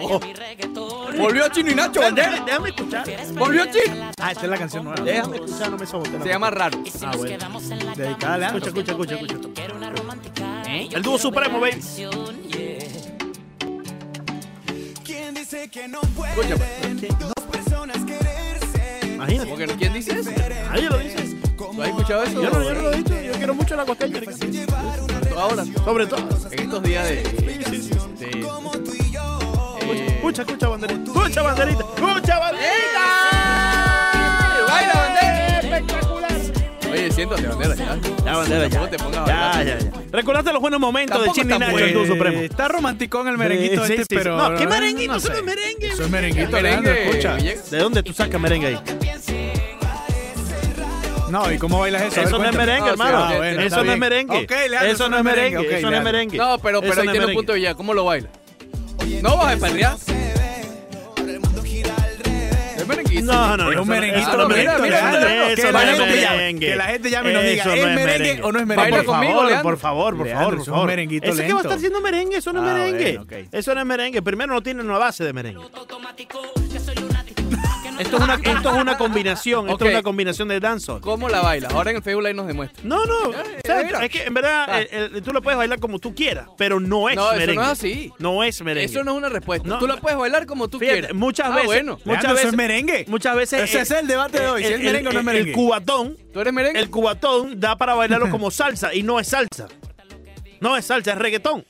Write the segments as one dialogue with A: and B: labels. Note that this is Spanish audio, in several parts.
A: Oh.
B: Volvió Chino y Nacho
A: Déjame,
B: Bandera.
A: déjame escuchar.
B: Volvió Chino.
A: Ah, esta es la canción nueva.
B: Déjame
A: escuchar, no me sabotees.
B: Se llama Raro.
A: Ah, bueno. Dedicada a Leandro. Escucha, escucha, escucha, escucha. ¿Eh?
C: El dúo supremo, baby.
D: ¿Quién dice que no
B: Escucha,
D: pueden dos personas quererse?
A: Imagínate.
B: Porque ¿Quién dice eso?
A: Nadie lo dice.
B: ¿Tú has escuchado eso?
A: Yo no, yo no lo he dicho. Yo quiero mucho la guacaña. Sobre
B: Ahora,
A: todo.
B: en estos días de... de- eh,
A: Escucha, escucha, banderita. Escucha, banderita. Escucha, banderita.
B: ¡Baila, bandera! ¡Espectacular! Oye, siéntate, bandera, ya.
A: Ya, bandera,
B: Tampoco
A: ya.
B: te pongas a
A: Ya,
B: bailar.
A: ya, ya. Recordate los buenos momentos de
B: Tampoco
A: Chino y
B: tan
A: Nacho,
B: bueno.
A: el dúo supremo.
E: Pues, Está romanticón el merenguito
A: Sí, sí,
E: este,
A: sí.
E: pero.
A: No, ¿qué merenguito?
E: No
A: Eso no
E: sé.
A: es merengue.
E: Eso es merenguito,
B: Merengue,
E: Leandro, escucha.
B: Villegas.
A: ¿De dónde tú sacas merengue ahí?
E: No, ¿y cómo bailas eso? A ver,
A: Eso no ah, es
E: cuéntame.
A: merengue,
B: No, sí,
A: hermano.
B: ok, bueno,
A: Eso
E: está
A: no es
E: bien.
A: merengue.
E: Ok, Leandro,
A: Eso no es merengue.
E: ok,
A: Eso no es
E: Leandro.
A: merengue.
B: No, pero, pero
A: Eso
B: ahí
A: no es
B: tiene un
A: merengue.
B: punto de villa. ¿Cómo lo baila? ¿No vas a espaldear? Es merenguito.
A: No, no,
E: Es
A: no, eso no-
E: un merenguito,
A: eso no es
B: mira,
A: merengue,
B: mira,
A: Leandro,
B: mira,
A: eso
E: que
A: no
E: la
A: es
E: gente ya-
A: merengue.
E: que la gente llame y nos diga,
A: Eso
E: ¿es merengue o no es merengue?
A: Por
B: Baila conmigo,
A: favor,
B: Leandro.
A: por favor, por
E: Leandro,
A: favor, por
E: eso es un
A: favor.
E: merenguito
A: Ese que va a
E: lento.
A: estar haciendo merengue, eso no es
E: Ah,
A: merengue.
E: bueno, ok.
A: Eso no es merengue. Primero no tiene una base de merengue. Esto es una, esto es una combinación, esto
B: Ok.
A: es una combinación de danzón.
B: ¿Cómo la baila? Ahora en el Facebook Live nos demuestra.
A: No, no, o sea,
B: mira.
A: es que en verdad el- el- tú lo puedes bailar como tú quieras, pero Ah. no es
B: No, eso
A: merengue.
B: no es así.
A: No es merengue.
B: Eso no es una respuesta.
A: No.
B: Tú la puedes bailar como tú
A: Fíjate,
B: quieras.
A: muchas
B: Ah,
A: veces,
B: bueno.
A: muchas
E: Leandro, eso
A: veces,
E: es merengue.
A: muchas veces
E: Pues Ese es el debate de hoy, si es merengue o no es
A: el-
E: merengue.
A: El cubatón,
B: ¿Tú eres merengue?
A: el cubatón da para bailarlo como salsa y no es salsa. No es salsa, es reggaetón.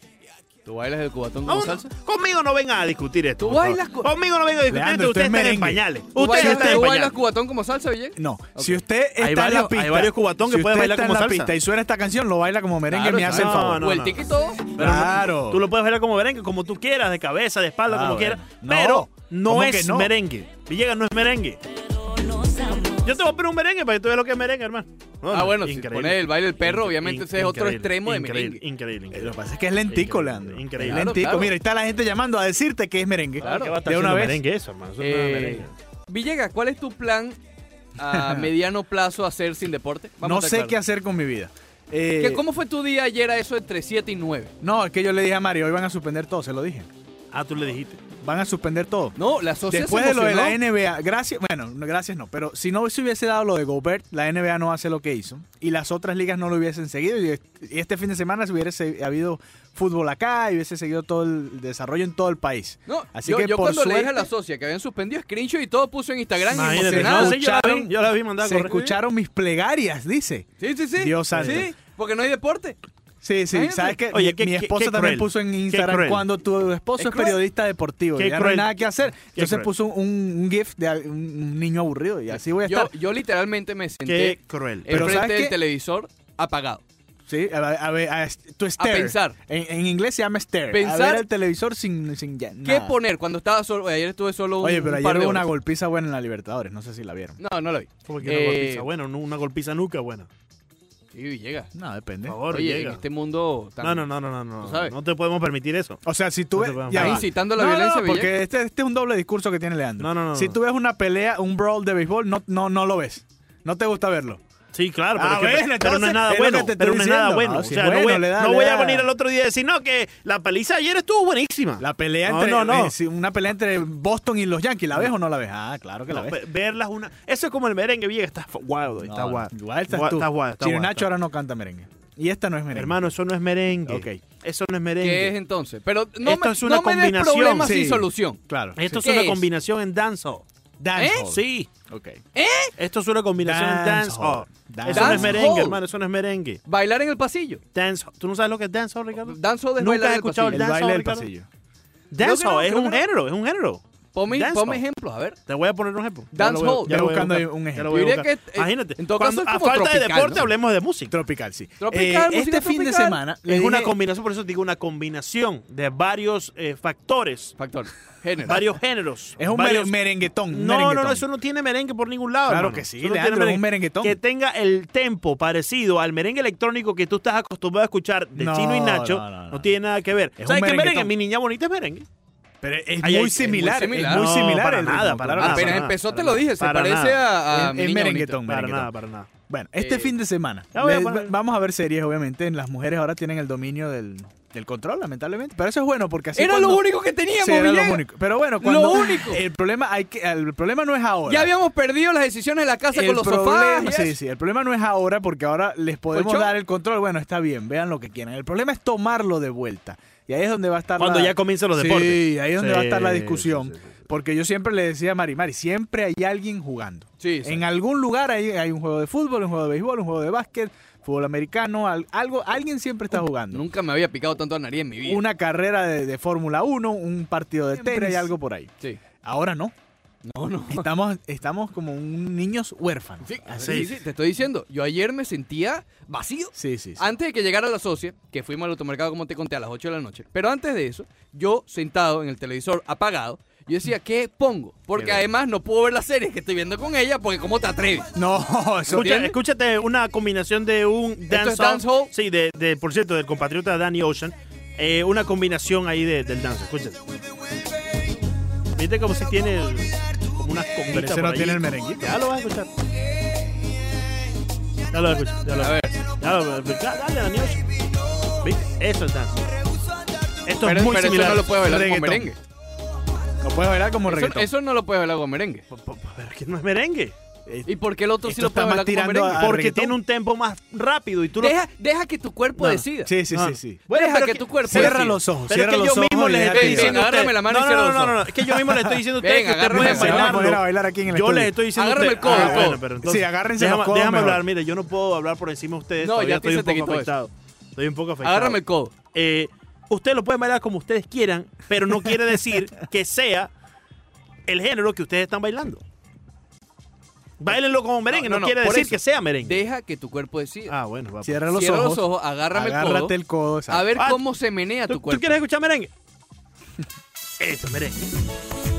B: ¿Tú bailas el cubatón
A: Ah,
B: con
A: bueno,
B: salsa?
A: Conmigo no vengan a discutir esto.
B: Tú
A: por favor.
B: bailas cu-
A: Conmigo no vengan a discutir esto.
E: Leandro, esto es
A: Ustedes están en
E: merengue.
A: pañales.
B: ¿Tú
A: Ustedes
B: bailas,
A: están en
B: tú bailas
A: pañales.
B: cubatón como salsa, Villegas?
E: No,
B: Ok.
E: si usted está
A: Hay
E: en
A: varios-
E: la
A: hay
E: pista,
A: varios cubatón
E: si
A: que pueden
E: usted
A: bailar
E: está
A: como
E: en la
A: salsa.
E: pista y suena esta canción, lo baila como merengue,
B: Claro,
E: me hace
B: claro.
E: el favor.
A: No, no,
B: o el
A: no.
B: tiki todo.
A: Pero no-
E: Claro.
A: Tú lo puedes bailar como merengue, como tú quieras, de cabeza, de espalda,
E: Ah,
A: como
E: bueno.
A: quieras.
E: No.
A: Pero no
E: ¿Cómo
A: es
E: que no?
A: merengue. Villegas no es merengue. Yo te voy a poner un merengue para que tú veas lo que es merengue, hermano. No,
B: Ah,
A: no,
B: bueno, si
A: increíble.
B: pones el baile del perro, obviamente
A: In-
B: ese es otro
A: increíble,
B: extremo de
A: increíble,
B: merengue.
A: Increíble,
E: Eh,
A: increíble.
E: Lo que pasa es que es lentico,
A: Increíble,
E: Leandro.
A: increíble.
E: Es
B: Claro,
E: lentico.
B: claro.
E: Mira, ahí está la gente llamando a decirte que es merengue.
B: Claro.
A: ¿Qué va a estar
E: De una
A: haciendo
E: vez.
A: merengue eso, hermano? Eso no es
B: Eh,
A: merengue.
B: Villegas, ¿cuál es tu plan a mediano plazo hacer sin deporte?
E: No
B: a
E: sé
B: estar
E: qué
B: claros.
E: hacer con mi vida. Eh,
B: ¿Qué- ¿Cómo fue tu día ayer a eso entre 7 y 9?
E: No, es que yo le dije a Mario, hoy van a suspender todo, se lo dije.
A: Ah, tú le dijiste.
E: Van a suspender todo.
B: No, la sociedad
E: Después de lo de la NBA, gracias, bueno, no, gracias no, pero si no se hubiese dado lo de Gobert, la NBA no hace lo que hizo y las otras ligas no lo hubiesen seguido y est- y este fin de semana se hubiera se- habido fútbol acá y hubiese seguido todo el desarrollo en todo el país.
B: No,
E: Así
B: yo,
E: que
B: yo
E: por
B: cuando le dije a
E: suerte-
B: la socia que habían suspendido screenshot y todo puso en Instagram
A: Imagínate,
B: emocionado.
A: no, sí, yo la vi,
E: Escucharon-
A: yo la vi mandar a
E: Se
A: correr.
E: escucharon mis plegarias, dice.
B: Sí, sí, sí.
E: Dios santo.
B: Sí, porque no hay deporte.
E: Sí, sí,
B: Imagínate.
E: sabes que
A: Oye,
E: mi,
A: qué-
E: mi
A: qué-
E: esposa
A: qué
E: también
A: cruel.
E: puso en
A: Qué
E: Instagram
A: cruel.
E: cuando tu esposo
B: Es
E: es,
B: cruel.
E: periodista deportivo,
A: Qué
E: ya no
A: cruel.
E: hay nada que hacer. Entonces
A: cruel.
E: puso un, un gif de un, un niño aburrido y así voy a estar.
B: Yo, yo literalmente me senté
A: Qué cruel.
E: Pero
B: enfrente
E: ¿sabes
B: del
E: qué?
B: televisor apagado.
E: Sí, a, a ver, a, tu stare.
B: pensar.
E: En, en inglés se llama stare.
B: Pensar.
E: A ver el televisor sin, sin ya-
B: ¿Qué
E: nada.
B: poner cuando estaba solo? Ayer estuve solo un,
E: Oye, pero
B: un
E: ayer
B: par de
E: hubo una
B: horas.
E: golpiza buena en la Libertadores, no sé si la vieron.
B: No, no lo vi.
A: Como que una
B: Eh,
A: golpiza buena, no, una golpiza nuca buena.
B: Sí, llega.
E: No, depende.
A: Por favor,
B: Oye,
A: llega.
B: en este mundo tan...
A: No, no, no, no, no, no.
B: ¿Tú sabes?
A: No te podemos permitir eso.
E: O sea, si tú
A: No
E: ves...
A: te puedo
E: ya
A: imaginar.
E: va.
B: Incitando la
E: No, no,
B: violencia,
E: no,
B: Villegas.
E: porque este, este es un doble discurso que tiene Leandro.
A: No, no, no,
E: Si
A: no.
E: tú ves una pelea, un brawl de béisbol, no, no, no lo ves. No te gusta verlo.
A: Sí, claro, pero,
E: Ah,
A: es que-
E: bueno,
A: pero
E: entonces,
A: no es nada
E: es lo
A: bueno.
E: que te estoy
A: pero no es nada
E: diciendo.
A: bueno.
E: Ah,
A: o
E: sí,
A: sea, no
E: bueno,
A: voy,
E: le da,
A: no
E: le
A: voy a
E: da.
A: venir al otro día y decir, no, que la paliza ayer estuvo buenísima.
E: La pelea
A: No,
E: entre...
A: no, no.
E: eh, si una pelea entre Boston y los Yankees, ¿la ves o no la ves? Ah, claro que la
A: No,
E: ves.
A: ve- verlas una. Eso es como el merengue, vieja. Está guau, está
E: No,
A: guau.
E: Igual estás
A: Guau,
E: tú.
A: Está guau, está
E: Chino
A: guau,
E: Nacho
A: está-
E: ahora no canta merengue. Y esta no es merengue.
A: Hermano, eso no es merengue.
E: Ok.
A: Eso no es
B: ¿Qué es
A: merengue.
B: entonces? Pero no
A: Esto
B: me,
A: es una
B: no me des
A: combinación,
B: problemas
E: sí.
B: sin solución.
E: Claro.
A: Esto es
B: ¿Qué
A: una
B: es?
A: combinación en dancehall.
E: Dancehall.
A: Sí.
E: Ok.
A: Esto es una combinación en
E: Dancehall.
A: dancehall. Eso no
B: Dancehall.
A: es merengue, hermano. Eso no es merengue.
B: Bailar en el pasillo.
A: Dancehall. ¿Tú no sabes lo que es dancehall, Ricardo?
B: Danzo de
A: Nunca has
B: bailar en el
A: escuchado
B: pasillo.
A: el
E: El
A: Dancehall,
E: baile del
A: Ricardo.
E: pasillo.
A: Dancehall
B: no,
A: es
B: creo
A: un
B: que no.
A: género, es un género.
B: Ponme,
A: Dancehall.
B: ponme ejemplos, a ver.
E: Eh,
A: Te voy a poner un ejemplo.
B: Dancehall.
A: Ya
E: Estoy
A: lo voy a
E: buscando
A: buscar.
E: un
A: Ya
E: ejemplo.
A: lo voy a
B: Yo diría
A: buscar.
B: que, eh,
A: Imagínate.
B: en todo
A: cuando-
B: caso es
A: a
B: como
A: falta de
B: tropical,
A: deporte
B: ¿no?
A: hablemos de música.
E: Tropical, sí.
B: Tropical,
E: Eh, este
B: música
E: fin de
B: tropical.
E: semana le
A: Es una
E: dije-
A: combinación, por eso digo una combinación de varios eh, factores,
B: Factor. Género.
A: varios géneros.
E: Es un
A: varios-
E: mere- merenguetón. un
A: No, no, no,
E: merenguetón.
A: eso no tiene merengue por ningún lado.
E: Claro
A: hermano.
E: que sí,
A: Eso no
E: Leandro,
A: tiene
E: es un merenguetón.
A: Que tenga el tempo parecido al merengue electrónico que tú estás acostumbrado a escuchar de
E: No,
A: Chino y Nacho, no,
E: no, no, no.
A: tiene nada que ver.
E: Es un
A: ¿Sabes qué merengue?
E: merenguetón.
A: Mi niña bonita es merengue.
E: Pero es
A: Ay, ay,
E: muy
A: es muy
E: similar. Es muy
B: similar.
E: similar.
A: No, para
E: el
A: nada, para
E: ritmo, claro
A: nada.
E: que sí.
B: Apenas
A: nada,
B: empezó, te
A: para
B: lo
A: nada,
B: dije. Se
A: para
B: parece
E: Es-
B: a, a
E: es
B: mi niña
E: merenguetón.
B: bonita.
A: Para
E: merenguetón.
A: nada, para nada.
E: Bueno, este
B: Eh,
E: fin de semana.
A: ya voy a
E: le-
A: poner-
E: vamos a ver series, obviamente. En las mujeres ahora tienen el dominio del, El control, lamentablemente. Pero eso es bueno porque así.
B: Era lo
E: cuando-
B: único que teníamos,
E: Sí, era
B: Villegas.
E: lo único. Pero bueno, cuando.
B: Lo único.
E: El problema, hay que, el problema no es ahora.
B: Ya habíamos perdido las decisiones de la casa con los
E: problema-
B: sofás. Pues y
E: Sí,
B: eso.
E: sí, el problema no es ahora porque ahora les podemos
B: ¿Colchón?
E: dar el control. Bueno, está bien, vean lo que quieran. El problema es tomarlo de vuelta. Y ahí es donde va a estar
A: Cuando
E: la-
A: ya comiencen los deportes.
E: Sí, ahí es donde va a estar la
A: Sí,
E: discusión.
A: sí, sí, sí.
E: Porque yo siempre le decía a Mari, Mari, siempre hay alguien jugando.
B: Sí, sí.
E: En algún lugar hay, hay un juego de fútbol, un juego de béisbol, un juego de básquet, fútbol americano, al- algo, alguien siempre está jugando.
B: Nunca me había picado tanto a nariz en mi vida.
E: Una carrera de, de Fórmula 1, un partido de tenis, hay algo por ahí.
B: Sí.
E: Ahora no.
B: No, no.
E: Estamos, estamos como un niños huérfanos.
B: Sí,
A: Así.
B: sí, sí, te estoy diciendo. Yo ayer me sentía vacío.
E: Sí, sí, sí.
B: Antes de que llegara la socia, que fuimos al automercado, como te conté, a las 8 de la noche. Pero antes de eso, yo sentado en el televisor apagado, yo decía, ¿qué pongo? Porque además no puedo ver las series que estoy viendo con ella, porque ¿cómo te atreves?
E: No, eso
A: Escucha-
B: ¿Entiendes?
A: escúchate una combinación de un
B: es
A: dance
B: dancehall?
A: Sí, de, de, por cierto, del compatriota Danny Ocean. Eh, una combinación ahí de- del dance. Escúchate. ¿Viste cómo se tiene el- como unas
E: Pero
A: conguitas
E: ese no
A: por ahí?
E: tiene el merenguito.
A: Ya lo vas a escuchar. Ya lo vas a escuchar. Ya lo vas a escuchar. Ya lo vas a escuchar. Dale, Danny Ocean. ¿Viste? Eso es dance. Esto
B: Pero,
A: es muy
B: pero eso
A: similar.
B: no lo puedo bailar
E: Reggaetón.
B: con merengue.
E: Lo puedes bailar como
B: Eso,
E: reggaetón.
B: eso no lo puedo bailar con merengue.
A: Pero es que no es merengue.
B: ¿Y por qué el otro sí
E: Esto
B: lo
E: está
B: puedo
E: más
B: bailar con
E: tirando
B: merengue?
E: a-
A: Porque
E: reggaetón.
A: tiene un tempo más rápido y tú lo
B: Deja, deja que tu cuerpo
A: No,
B: decida.
E: Sí, sí,
A: Ah.
E: sí, sí.
A: Bueno,
B: deja
A: pero
B: que
A: que-
B: tu cuerpo
E: Cierra
B: decida.
E: los ojos,
A: Pero es
E: cierra
A: que
E: los
A: yo
E: ojos.
A: mismo
E: y
A: les
E: deja
A: estoy
E: que-
A: diciendo. a
B: Agárrame
A: ustedes-
B: la mano y
A: no,
B: cierra
A: no,
B: los
A: no, no,
B: ojos.
A: no, es que yo mismo les estoy diciendo a ustedes
B: Ven,
A: que ustedes
B: agárrame
A: pueden
B: la
A: bailarlo.
B: mano.
E: Se van a poner a bailar aquí en el
A: yo
E: estudio.
A: les estoy diciendo. a
B: Agárrame
A: ustedes-
B: el
A: Ah,
B: codo, codo.
A: bueno, pero entonces-
E: Sí, agárrense los
A: déjame,
E: codos
A: déjame
E: mejor.
A: hablar, mire, yo no puedo hablar por encima de ustedes.
B: No,
A: todavía
B: ya a ti
A: estoy
B: se
A: un
B: te
A: poco
B: quitó eso.
A: afectado. Estoy un poco afectado.
B: Agárrame el codo.
A: Eh, ustedes lo pueden bailar como ustedes quieran, pero no quiere decir que sea el género que ustedes están bailando. Báilenlo como merengue,
B: No,
A: no,
B: no, no,
A: quiere
B: por
A: decir
B: eso.
A: que sea merengue.
B: Deja que tu cuerpo decida.
A: Ah, bueno, va.
E: Cierra los
B: Cierra
E: ojos.
B: los ojos, agárrame el codo.
E: Agárrate el codo. exacto.
B: A ver
A: Ah,
B: cómo se menea
A: ¿Tú,
B: tu
A: tú
B: cuerpo.
A: quieres escuchar merengue? Esto es merengue.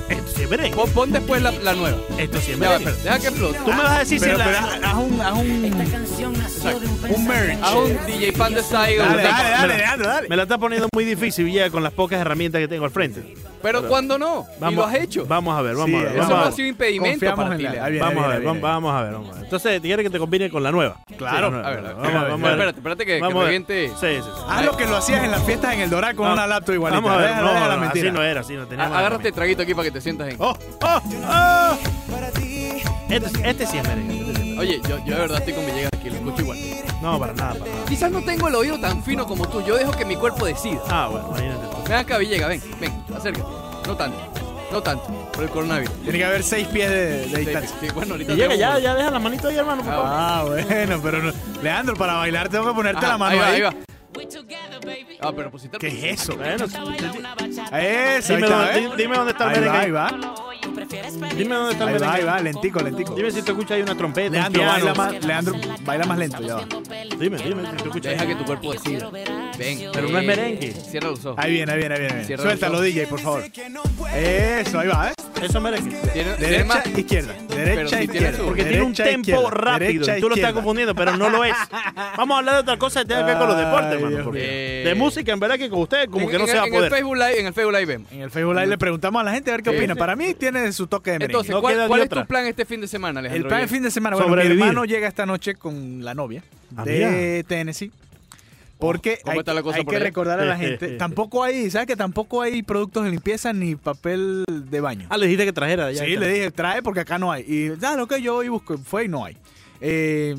A: Esto sí es merengue.
B: Pon, pon después la, la nueva.
A: Esto sí es
B: Ya va,
A: merengue.
B: espera, deja que explote.
A: Tú me vas a decir
E: Pero,
A: si la-
E: pero haz haz un, haz un...
C: canción nació de
E: Un merch.
B: A un DJ fan de Saigo.
E: Dale, dale,
A: Me
E: dale,
A: la-
E: Leandro, dale.
A: Me la está poniendo muy difícil, Villegas, con las pocas herramientas que tengo al frente.
B: Pero cuando no, y lo has hecho.
A: Vamos a ver, vamos
E: Sí,
A: a ver.
E: eso
B: Eso
A: Vamos,
B: no
A: a
B: ha
A: ver.
B: sido impedimento
E: Confiamos
B: para
E: en
B: ti.
E: la-
B: Leo.
E: ahí viene,
A: Vamos a
E: ahí
A: ver,
E: viene,
A: vamos, vamos a ver, vamos a ver. Entonces, ¿quieres que te combine con la nueva?
E: Claro.
A: Sí, la nueva.
B: A ver, a ver,
A: Vamos,
E: a
A: vamos a
E: ver,
A: ver.
B: Espérate, espérate que, que
A: Vamos a ver.
B: reviente.
A: Sí, sí, sí.
E: Haz lo que lo hacías en las fiestas en el Dorado Ah, con
A: Ah,
E: una laptop igualita.
A: Vamos a ver,
E: Déjala,
A: no,
E: déjala
A: no,
E: la mentira.
A: así no era, así no
B: A-
A: teníamos.
B: Agárrate traguito aquí para que te sientas en.
A: Oh, oh, oh.
D: para ti.
A: Este, este sí es merengue. este sí es merengue.
B: Oye, yo, yo de verdad estoy con Villegas aquí, lo escucho igual.
A: No, para nada, para nada.
B: Quizás no tengo el oído tan fino como tú, yo dejo que mi cuerpo decida.
A: Ah, bueno, imagínate.
B: Ven acá, Villegas, ven, ven, acércate. No tanto, no tanto, por el coronavirus.
E: Tiene que haber seis pies de, de
B: Sí,
E: distancia.
B: sí, bueno, ahorita
A: Y llega,
B: tenemos-
A: ya, ya deja la manito ahí, hermano, por favor.
E: Ah, bueno, pero no. Leandro, para bailar tengo que ponerte
B: Ajá,
E: la mano
B: ahí
E: ahí.
B: va, ahí va.
C: merch.
B: Ah, pero pusiste el-
E: ¿Qué es eso?
A: Bueno,
E: Eso, ahí
A: dime,
E: está,
A: dónde,
E: ¿ves?
A: di- dime dónde está el
E: Ahí
A: merengue.
E: va,
A: ahí.
E: ahí va.
A: Dime dónde está el
E: Ahí va, ahí
A: merengue.
E: va, lentico, lentico.
A: Dime si te escucha ahí una trompeta. un
E: Leandro,
A: piano.
E: baila más, Leandro, baila más lento, ya va.
A: Dime, dime si te escucha
B: Deja
A: ahí.
B: que tu cuerpo decida. Ven.
A: Pero no es
B: eh,
A: merengue.
B: Cierra los ojos.
E: Ahí viene, ahí viene, ahí viene.
B: Cierra
E: Suéltalo,
B: los ojos.
E: DJ, por favor.
D: Dice que no puede.
E: Eso, ahí va, ¿eh?
A: Eso es merengue.
B: Tiene- tiene
E: Derecha,
B: más-
E: izquierda.
B: Pero si
E: Derecha,
B: tiene
E: izquierda.
B: su-
A: Porque tiene un
E: derecha,
A: tempo
E: izquierda,
A: rápido.
E: derecha,
A: y tú lo estás
E: izquierda.
A: confundiendo, pero no lo es. Vamos a hablar de otra cosa que tenga que ver con los deportes,
E: Ay,
A: hermano.
E: Dios
A: porque
B: mío.
A: de música, en verdad que con ustedes como
B: En-
A: que no
B: en
A: se
B: el-
A: va a
B: En el
A: poder.
B: Facebook Live, en el Facebook Live vemos.
E: En el Facebook Live le preguntamos a la gente a ver qué
B: Sí,
E: opina.
B: sí.
E: Para mí tiene su toque de merengue.
B: Entonces,
A: No queda
B: ¿cuál,
A: ni
B: cuál es
A: otra.
B: tu plan este fin de semana,
E: El
B: Alejandro?
E: plan de fin de semana, bueno, mi
A: Sobrevivir.
E: hermano llega esta noche con la novia
A: Ah,
E: de Tennessee. Porque
B: Oh, ¿cómo
E: hay,
B: está la cosa
E: hay
B: por
E: que
B: allá?
E: recordar a la gente, tampoco hay, ¿sabes que tampoco hay productos de limpieza ni papel de baño?
A: Ah, le dijiste que trajera. de allá.
E: sí, le dije, trae porque acá no hay. Y dale, ok, yo voy y busco, fue y no hay. Eh,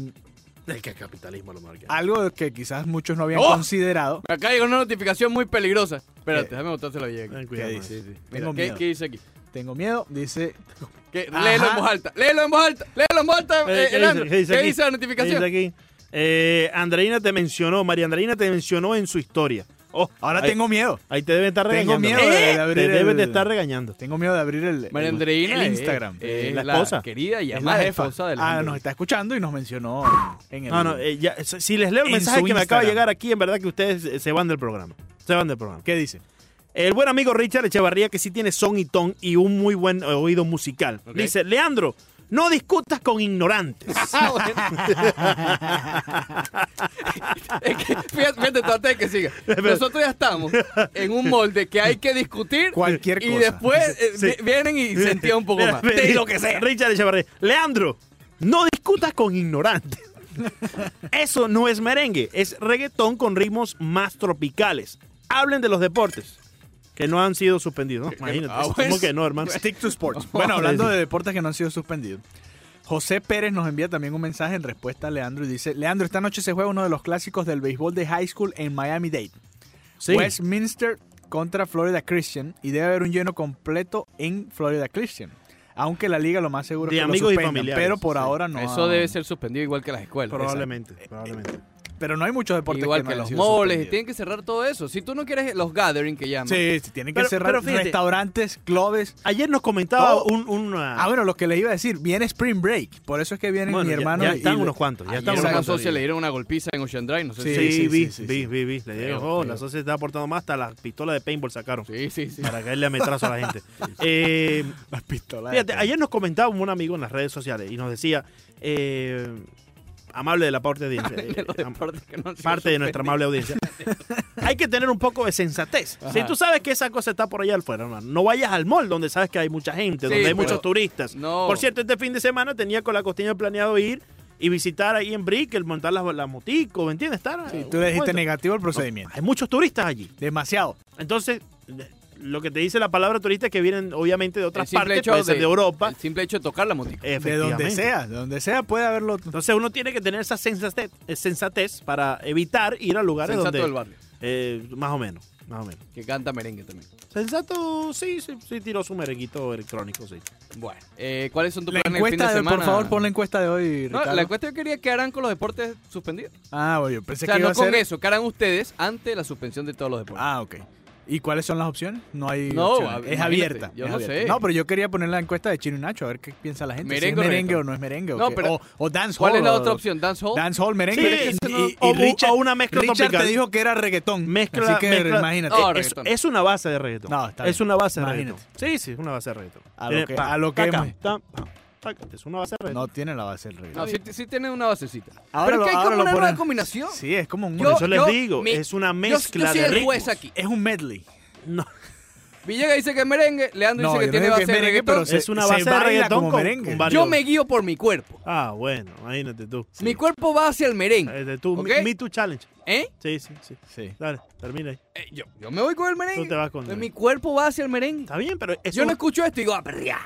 A: Es que el capitalismo lo marca.
E: algo que quizás muchos no habían
B: ¡Oh!
E: considerado.
B: Acá llegó una notificación muy peligrosa. Espérate, déjame botársela la
A: Ten
E: ¿Qué
A: cuidado.
E: dice?
A: man.
E: Tengo
B: Mira, ¿qué,
E: miedo.
B: ¿Qué dice aquí?
E: Tengo miedo, dice.
B: ¿Qué?
E: Ajá.
B: Léelo en voz alta. Léelo en voz alta. Léelo en voz alta,
A: Eh,
B: eh, Leandro. ¿Qué dice,
A: aquí?
B: la
A: ¿Qué
B: notificación?
A: dice aquí? Eh, Andreina te mencionó, María Andreina te mencionó en su historia. Oh,
E: Ahora
A: ahí-
E: tengo miedo.
A: Ahí te deben estar
E: Tengo
A: regañando.
E: miedo de- de
A: Te
E: abrir el-
A: deben de estar regañando.
E: Tengo miedo de abrir el,
B: María
E: el-
B: Andreina. eh,
E: el
B: es-
E: Instagram.
B: Es,
A: la
B: la
A: esposa.
B: Querida y
E: es
B: amada
E: la jefa.
B: esposa de
E: Ah,
B: Alejandro.
E: nos está escuchando y nos mencionó en el.
A: No, no, eh, ya, si si les leo el
E: En
A: mensaje
E: su
A: que me acaba de
E: Instagram.
A: llegar aquí, en verdad que ustedes eh, se van del programa. Se van del programa.
E: ¿Qué dice?
A: El buen amigo Richard Echevarría, que sí tiene son y ton y un muy buen eh, oído musical.
B: Ok.
A: Dice, Leandro, no discutas con ignorantes.
B: Ah, bueno. Es que, fíjate, fíjate tú, antes de que siga. Nosotros ya estamos en un molde que hay que discutir.
E: Cualquier
B: Y
E: cosa.
B: después eh,
A: Sí.
B: vi- vienen y se entiende un poco
A: Mira,
B: más.
A: mira,
B: Te digo que sea.
A: Richard Echevarría, Leandro, no discutas con ignorantes. Eso no es merengue, es reggaetón con ritmos más tropicales. hablen de los deportes que no han sido suspendidos. No, imagínate.
B: ah,
A: ¿Cómo
B: pues.
A: que no, hermano?
E: Stick to sports. Bueno, hablando de deportes que no han sido suspendidos. José Pérez nos envía también un mensaje en respuesta a Leandro y dice, Leandro, esta noche se juega uno de los clásicos del béisbol de high school en Miami Dade.
A: Sí.
E: pues, Westminster contra Florida Christian y debe haber un lleno completo en Florida Christian. Aunque la liga lo más seguro
A: De
E: es que
A: amigos y
E: lo suspendan,
A: familiares,
E: pero por
A: sí.
E: ahora no.
B: Eso
E: ha-
B: debe ser suspendido igual que las escuelas.
A: probablemente, probablemente.
E: Pero no hay muchos deportes
B: Igual
E: que,
B: que,
E: no hayan
B: los
E: sido
B: moles,
E: suspendidos.
B: tienen que cerrar todo eso. Si tú no quieres los gathering que llaman,
E: Sí, sí, tienen que
A: Pero-
E: cerrar
A: pero fíjate.
E: restaurantes, clubes.
A: Ayer nos comentaba
E: Todo.
A: un, una...
E: Ah, bueno, lo que les iba a decir, viene Spring Break. Por eso es que vienen
A: Bueno,
E: mi
A: ya-
E: hermano.
A: ya,
E: y-
A: están
E: y-
A: unos cuantos. Ya
B: ayer
A: están
E: Ayer
A: unos
B: a una
E: exacto.
A: cuantos.
B: socia le dieron una golpiza en Ocean Drive, no sé
E: Sí,
A: Sí,
B: si...
E: sí,
A: vi,
E: sí, sí,
A: vi,
E: sí.
A: vi, vi. Le dieron,
B: Feo,
A: oh,
B: feo.
A: la socia está aportando más, hasta las pistolas de paintball sacaron.
B: Sí, sí, sí.
A: Para caerle a metrazo a la gente. Eh,
E: Las pistolas.
A: Fíjate, ayer nos comentaba un amigo en las redes sociales y nos decía, eh, amable de la parte de,
B: De los
A: eh, am-
B: deportes que no han sido
A: parte de nuestra amable audiencia, hay que tener un poco de sensatez.
B: Ajá.
A: Si tú sabes que esa cosa está por allá afuera, hermano, no vayas al mall donde sabes que hay mucha gente,
B: Sí,
A: donde hay
B: pero-
A: muchos turistas.
B: No.
A: Por cierto, este fin de semana tenía con la costeña planeado ir y visitar ahí en Brick, el montar las, las moticos, ¿me entiendes? Estar,
E: Sí, tú le dijiste
A: bueno,
E: negativo el procedimiento.
A: Hay muchos turistas allí.
E: Demasiado.
A: Entonces, lo que te dice la palabra turista es que vienen obviamente de
B: El
A: otras
B: simple
A: partes,
B: hecho
A: puede ser de Europa. Eh,
B: El simple hecho de tocar la motica.
E: De donde
A: Efectivamente.
E: sea, de donde sea puede haberlo.
A: Entonces uno tiene que tener esa sensatez, eh, sensatez para evitar ir a lugares
B: Sensato del
A: donde...
B: barrio,
A: eh, más o menos, más o menos.
B: que canta merengue también.
A: Sensato, sí, sí, sí tiró su merenguito electrónico, sí.
B: Bueno, eh, ¿cuáles son tus
E: La
B: planes el fin de
E: encuesta, de,
B: semana?
E: por favor, pon la encuesta de hoy,
B: No,
E: Ricardo.
B: la encuesta yo quería que harán con los deportes suspendidos.
E: Ah, bueno, yo
B: o
E: pensé
B: sea,
E: que iba
B: no
E: a
B: con
E: ser...
B: eso, que harán ustedes ante la suspensión de todos los deportes.
E: Ah, ok. ¿Y cuáles son las opciones? No hay
B: No,
E: opciones.
B: a-
E: es
B: imagínate,
E: abierta.
B: yo
E: es
B: no
E: abierta.
B: sé.
E: No, pero yo quería poner la encuesta de Chino y Nacho, a ver qué piensa la gente.
B: Merengue
E: si
B: o
E: es merengue
B: reggaetón.
E: o no es merengue. o
B: No,
E: qué.
B: pero-
E: o, o dance
B: ¿Cuál
E: hall.
B: es la
E: o-
B: otra opción? ¿Dance hall?
E: Dance hall, merengue.
A: Sí,
E: y-
A: ese
E: y,
A: no-
E: y
A: o-
E: Richard,
A: o una mezcla
E: Richard
A: tropical.
E: te dijo que era reggaetón.
A: Mezcla,
E: así que
A: mezcla-
E: imagínate. Oh,
B: No,
A: Eh, es,
B: reggaetón.
A: es una base de reggaetón.
E: No, está
A: es
E: bien.
A: una base de
E: Imagínate.
A: reggaetón. Sí, sí, es una base de reggaetón.
E: A lo
A: Tiene
E: que-
A: pa,
E: a lo que
A: taca,
E: hemos-
A: tam, pa, taca, Es una base de reggaetón.
E: No tiene la base del reggaetón.
B: No, sí, sí tiene una basecita.
E: Ahora
B: Pero es
E: lo-
B: que hay
E: ahora
B: como
E: lo
B: una nueva
E: ponen-
B: combinación.
E: Sí, es como un...
A: Por
B: Yo-
A: eso les
B: yo-
A: digo,
B: mi-
A: es una
B: Yo, yo
A: mezcla
B: soy
A: de
B: el
A: ritmos.
B: juez aquí.
E: Es un medley.
A: No,
B: Villega dice que es merengue, Leandro
E: No,
B: dice
E: yo
B: que
E: no
B: tiene
E: digo que
B: base
E: es
B: de
E: merengue,
B: reggaetón.
E: pero
A: es una
E: se
A: base de
E: baila
A: reggaetón
E: como
A: con,
E: merengue.
A: con
E: Yo
A: varios-
B: Yo me guío por mi cuerpo.
A: Ah, bueno, imagínate tú.
B: Mi cuerpo va hacia el merengue.
A: Este, tú,
B: ¿Ok?
A: mi, Me Too Challenge.
B: ¿Eh?
A: Sí, sí, sí.
E: Sí.
A: Dale, termina ahí.
B: Eh, yo, yo me voy con el merengue.
A: Tú te vas con
B: Pues
A: el-
B: Mi cuerpo va hacia el merengue.
A: Está bien, pero eso...
B: Yo no escucho esto y digo, ah, perriá,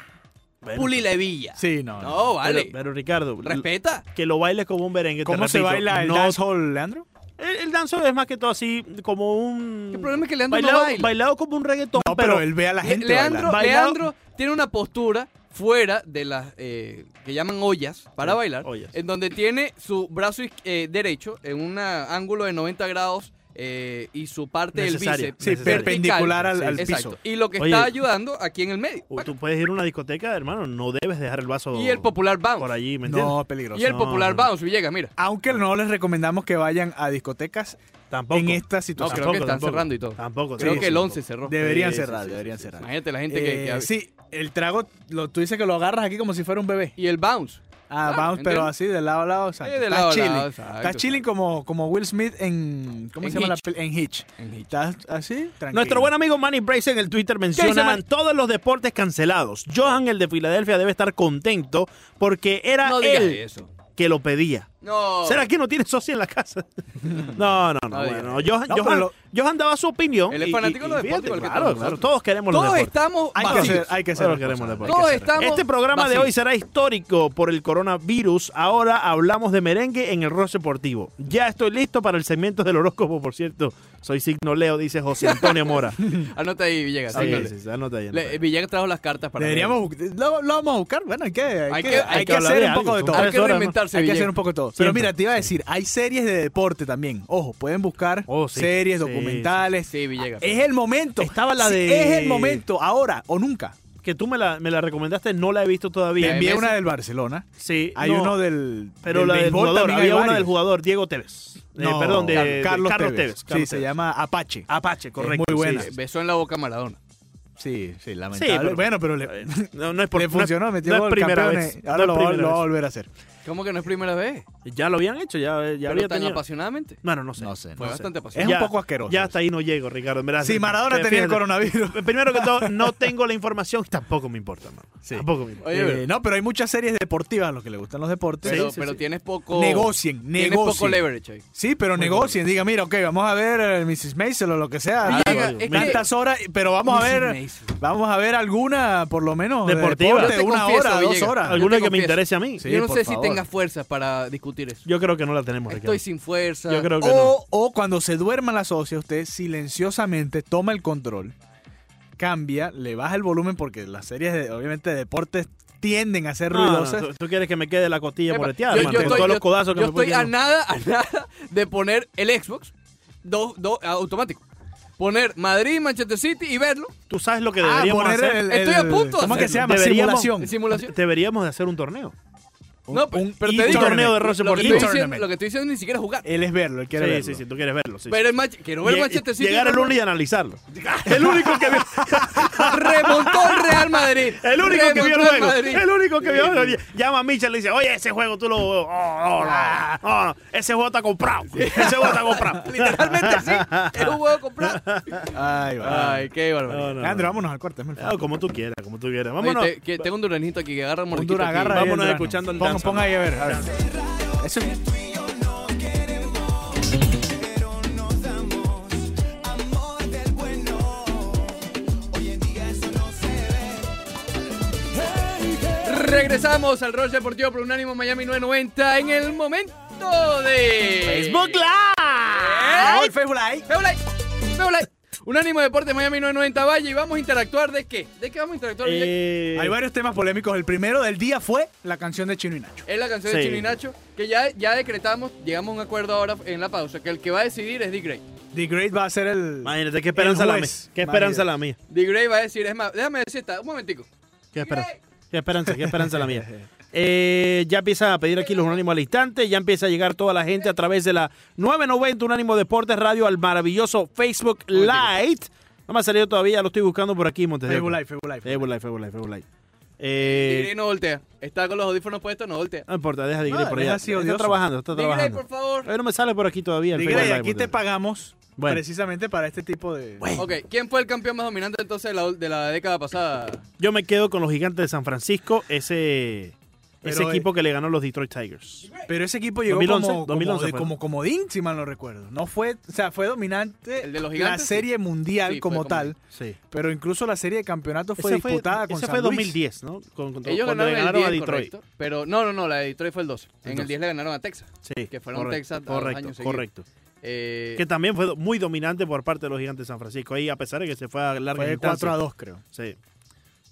A: Bueno,
B: puli la hebilla.
E: Sí, no. no.
B: No,
A: pero-
B: vale.
A: Pero, Ricardo,
B: Respeta.
A: que lo bailes como un merengue. te
E: ¿Cómo se
A: repito,
E: baila el
A: no-
E: dancehall, Leandro?
A: El, el dancehall es más que todo así, como un.
B: El problema es que Leandro no
A: bailado,
B: baila.
A: bailado como un reggaetón.
E: No, pero,
A: pero,
E: él ve a la
B: Le-
E: gente
B: Leandro,
E: bailar.
A: Bailado-
B: Leandro tiene una postura fuera de las eh, que llaman ollas para
A: Sí,
B: bailar,
A: ollas.
B: en donde tiene su brazo isqu- eh, derecho en un ángulo de 90 grados eh, y su parte
A: Necesaria.
B: del bíceps
E: Sí,
A: necesario.
E: perpendicular al,
A: Sí,
E: al
B: Exacto.
E: piso.
B: Y lo que
A: Oye.
B: está ayudando aquí en el medio.
A: o tú puedes ir a una discoteca, hermano, no debes dejar el vaso
B: Y el popular bounce.
A: por allí, ¿me entiendes?
E: No, peligroso.
B: Y el
A: No,
B: popular
A: no.
B: bounce, Villegas, mira.
E: Aunque no les recomendamos que vayan a discotecas
A: tampoco.
E: en esta
B: No,
E: situación.
B: creo que están cerrando y todo.
A: Tampoco.
B: Creo
A: sí,
B: que
A: sí,
B: el
A: tampoco.
B: 11 cerró.
E: deberían
A: Sí, sí,
E: cerrar,
A: sí,
E: deberían cerrar.
B: Imagínate la gente que-
E: Eh,
B: que... ha-
E: sí, el trago, lo, tú dices que lo agarras aquí como si fuera un bebé.
B: Y el bounce.
E: Ah,
B: Claro,
E: vamos, pero
B: entiendo.
E: así, de lado a lado. exacto.
B: Sí, de
E: Estás
B: lado a
E: chilling.
B: lado, exacto,
E: Estás chilling como, como Will Smith en... ¿Cómo
B: En
E: se llama?
B: Hitch.
E: La, pel- en Hitch.
B: En Hitch.
E: Estás así, tranquilo.
A: Nuestro buen amigo Manny Brace en el Twitter menciona
B: Manny?
A: todos los deportes cancelados. Johan, el de Filadelfia, debe estar contento porque era
B: No digas
A: él
B: eso.
A: que lo pedía.
B: No.
A: ¿Será que no tiene socio en la casa? No, no, no.
B: No,
A: bueno, Johan,
E: No,
A: Johan-
E: pero-
A: Johan daba su opinión.
B: Él es
A: y-
B: fanático
A: y-
B: de los
A: y
B: deportes,
A: fíjate,
B: igual que
A: Claro,
B: todos
A: claro.
B: nosotros.
A: Todos queremos los
B: Todos
A: deportes.
B: estamos
E: Hay que
B: vacíos.
E: hacer, hay que ser
A: Todos queremos
E: responsables.
A: deporte.
B: Todos estamos
A: Este programa de
B: vacíos.
A: hoy será histórico por el coronavirus. Ahora hablamos de merengue en el rock deportivo. Ya estoy listo para el segmento del horóscopo, por cierto. Soy signo Leo, dice José Antonio Mora.
B: Anota ahí, Villegas.
A: Sí,
B: anota.
A: sí, sí, anota ahí, anota
B: Le-
A: ahí.
B: Villegas trajo las cartas para
E: Deberíamos, bu- lo, lo vamos a buscar. Bueno, hay que, hay
B: Hay
E: que,
B: que-
E: hay
B: hay
E: que
A: hablar
E: hacer
A: de
E: un poco de
A: algo,
E: todo.
A: son
B: Hay
A: tres
B: que
A: horas, ¿no?
B: reinventarse,
E: Hay que
B: Villegas.
E: hacer un poco de todo. Pero
A: Siempre.
E: mira, te iba a decir, hay series de deporte también. Ojo, pueden buscar
A: Oh, sí.
E: series,
A: Sí,
E: documentales.
B: Sí, Villegas.
E: Es el momento.
A: Estaba la
E: Sí,
A: de-
E: Es el momento, ahora o nunca.
A: Que tú me la, me la recomendaste, no la he visto
E: Te
A: todavía.
B: Bien.
E: envié
B: MS.
E: una del Barcelona.
A: Sí,
E: Hay
A: no,
E: uno del.
A: Pero la del
E: béisbol
A: jugador,
E: también hay
A: había una
E: varios.
A: del jugador, Diego Tevez. Eh,
E: No,
A: perdón, de de
E: Carlos, Tevez. sí,
A: Carlos
E: se
A: Tevez.
E: llama Apache.
A: Apache, correcto.
E: muy buena.
A: sí, sí.
B: Besó Eh, en la boca a Maradona.
E: Sí, sí, lamentable.
A: pero-
E: bueno, pero le,
A: No, no es por
E: le
A: no es-
E: funcionó, metió
A: no es
E: gol,
A: primera
E: campeones.
A: vez.
E: Ahora
A: No
E: lo,
A: es
E: va-
A: primera
E: lo va a
A: vez.
E: volver a hacer.
B: ¿Cómo que no es primera vez?
A: Ya lo habían hecho, ya, ya
B: Pero
A: había
B: tan
A: tenido.
B: apasionadamente.
A: Bueno, no sé.
F: No sé.
B: Fue
F: no sé.
B: bastante
E: Es
B: apasionante.
E: un
A: Ya-
E: poco asqueroso.
A: Ya hasta ahí no llego, Ricardo. en verdad.
E: Si Maradona
A: Te-
E: tenía el
A: fíjate.
E: coronavirus.
A: Primero que todo, no tengo la información. Tampoco me importa, mano.
E: Sí.
A: Tampoco me importa.
B: Oye,
E: Eh,
B: pero-
E: no, pero hay muchas series deportivas a los que les gustan los deportes.
B: pero,
A: sí,
B: pero
A: sí.
B: tienes poco.
E: Negocien,
B: Tienes poco
E: negocien.
B: leverage ahí.
E: Sí, pero negocien. Diga, mira, ok, vamos a ver eh, Mrs. Maisel o lo que sea.
A: Algo,
B: Llega-
A: algo.
B: es que-
E: Tantas horas, pero vamos a
B: Mrs.
E: ver,
B: Maisel.
E: vamos a ver alguna, por lo menos, de
A: Deportiva.
E: deporte,
B: Yo te
E: una
B: confieso,
E: hora, dos
B: Villegas.
E: horas.
B: Algún-
A: Alguna
B: yo te
A: que me
B: confieso.
A: interese a mí.
E: Sí,
B: Yo no
E: por
B: sé
E: favor.
B: si tenga fuerzas para discutir eso.
A: Yo creo que no la tenemos, Ricardo.
B: Estoy sin fuerza.
A: Yo creo que no.
E: O, o cuando se duerma la socia, usted silenciosamente toma el control, cambia, le baja el volumen porque las series, de, obviamente, de deportes tienden a ser
A: No, no,
E: ruidosas.
A: tú, tú quieres que me quede la costilla
B: Epa,
A: moreteada,
B: yo-
A: mano,
B: yo
A: con
B: estoy-
A: todos los
B: yo-
A: codazos que
B: yo
A: me fue
B: estoy a
A: dando.
B: nada, a nada de poner el Xbox dos, dos, automático. Poner Madrid, Manchester City y verlo.
A: Tú sabes lo que
E: Ah,
A: deberíamos
E: poner
A: hacer.
E: el-
B: Estoy a punto de
E: ¿Cómo que se llama?
A: Deberíamos-
E: Simulación.
B: En simulación.
A: Deberíamos de hacer un torneo.
B: No, pero- pero te
E: e-tournament.
B: digo-
A: Un torneo de roce
B: Lo
A: por
B: que, estoy
A: libre.
B: diciendo, lo que estoy diciendo es ni siquiera jugar.
E: Él es verlo, él quiere
A: Sí,
E: verlo.
A: sí, sí, tú quieres verlo. sí, sí.
B: Pero el Manche- quiero ver
A: Lle-
B: Manchester City.
A: Llegar el lunes y analizarlo. El único que vio,
B: Remontó el Real Madrid.
A: el único que vio el
B: Remontó
A: juego.
B: Madrid.
A: El único que vio. Llama a Michel y dice, oye, ese juego tú lo... oh, oh,
B: Ah.
A: no, oh, no, ese juego está comprado. Ese juego está comprado.
B: Literalmente sí. Es un juego comprado.
E: Ay, va.
B: Ay, qué barbaridad.
A: No, no, no.
E: Andrew, vámonos al corte. hazme el favor.
A: Ah, como tú quieras, como tú quieras.
B: Oye,
A: Vámonos.
B: te- que tengo un duranito aquí que agarra un mordisquito
E: Honduras,
B: aquí.
E: agarra ahí
A: Vámonos
E: el durazno.
A: escuchando el
E: Ponga,
A: danza.
E: ponga ahí a ver. a ver. Eso es-
D: Pero nos damos amor del bueno. Hoy en día eso no se ve.
B: Regresamos al Roche Deportivo por Unánimo Miami 990 en el momento de
A: Facebook Live.
E: Ay, Facebook Live.
B: Veo like, veo like. Unánimo Deportes Miami 990 Valle y vamos a interactuar de qué? ¿De qué vamos a interactuar? Villegas?
A: Eh,
E: Hay varios temas polémicos. El primero del día fue la canción de Chino y Nacho.
B: Es la canción de
A: sí.
B: Chino y Nacho que ya, ya decretamos, llegamos a un acuerdo ahora en la pausa, que el que va a decidir es D-Gray.
E: The Great va a ser el.
A: Imagínate, qué esperanza
E: el
A: la mía.
E: juez.
A: Qué esperanza
E: Imagínate.
A: la mía.
B: D-Gray va a decir, es más, déjame decir esta, un momentico.
A: Qué esperanza. Qué esperanza, qué esperanza la mía. Eh, ya empieza a pedir aquí los unánimos al instante, ya empieza a llegar toda la gente a través de la 990 Unánimo Deportes Radio al maravilloso Facebook Live. No me ha salido todavía, lo estoy buscando por aquí, Montes. de
E: Facebook
A: Oca.
E: Live, Facebook Live.
A: Facebook Live, Facebook Live, Facebook Live.
B: D-Gray
A: Eh,
B: no voltea, está con los audífonos puestos, no voltea.
A: no importa, deja de ir
E: No,
A: por
E: es
A: allá.
E: así
A: está
E: odioso.
A: trabajando, está
B: D-Gray, por
A: trabajando.
B: favor.
A: Eh, no me sale por aquí todavía el
E: The
A: Facebook
E: Great,
A: Live,
E: aquí te
A: Montes.
E: pagamos
A: Bueno.
E: precisamente para este tipo de.
B: Ok, ¿quién fue el campeón más dominante entonces de la, de la década pasada?
A: Yo me quedo con los gigantes de San Francisco, ese,
E: Pero,
A: ese
E: eh,
A: equipo que le ganó a los Detroit Tigers.
E: Pero ese equipo llegó
A: 2011,
E: como, como
A: 2011
E: de-
A: fue.
E: como comodín, si mal no recuerdo. No fue, o sea, fue dominante
B: ¿El de los
E: la
B: gigantes? Sí.
E: serie mundial
B: Sí, fue
E: como
B: como-
E: tal,
A: Sí.
E: pero incluso la serie de campeonato fue
A: Ese fue,
E: disputada con
A: ese
E: San
A: fue
E: Luis.
A: 2010, ¿no? Con- con-
B: Ellos
A: cuando
B: ganaron,
A: le
B: el
A: ganaron
B: 10,
A: a Detroit.
B: correcto, pero no, no, no, la de Detroit fue el 12. En el
A: Entonces.
B: 10 le ganaron a Texas.
A: Sí,
B: Que fueron Texas a dos
A: correcto,
B: años seguidos.
A: correcto.
B: Eh,
A: Que también fue muy dominante por parte de los gigantes de San Francisco. Ahí, a pesar de que se fue a larga
E: Fue de 4 a 2, creo.
A: Sí.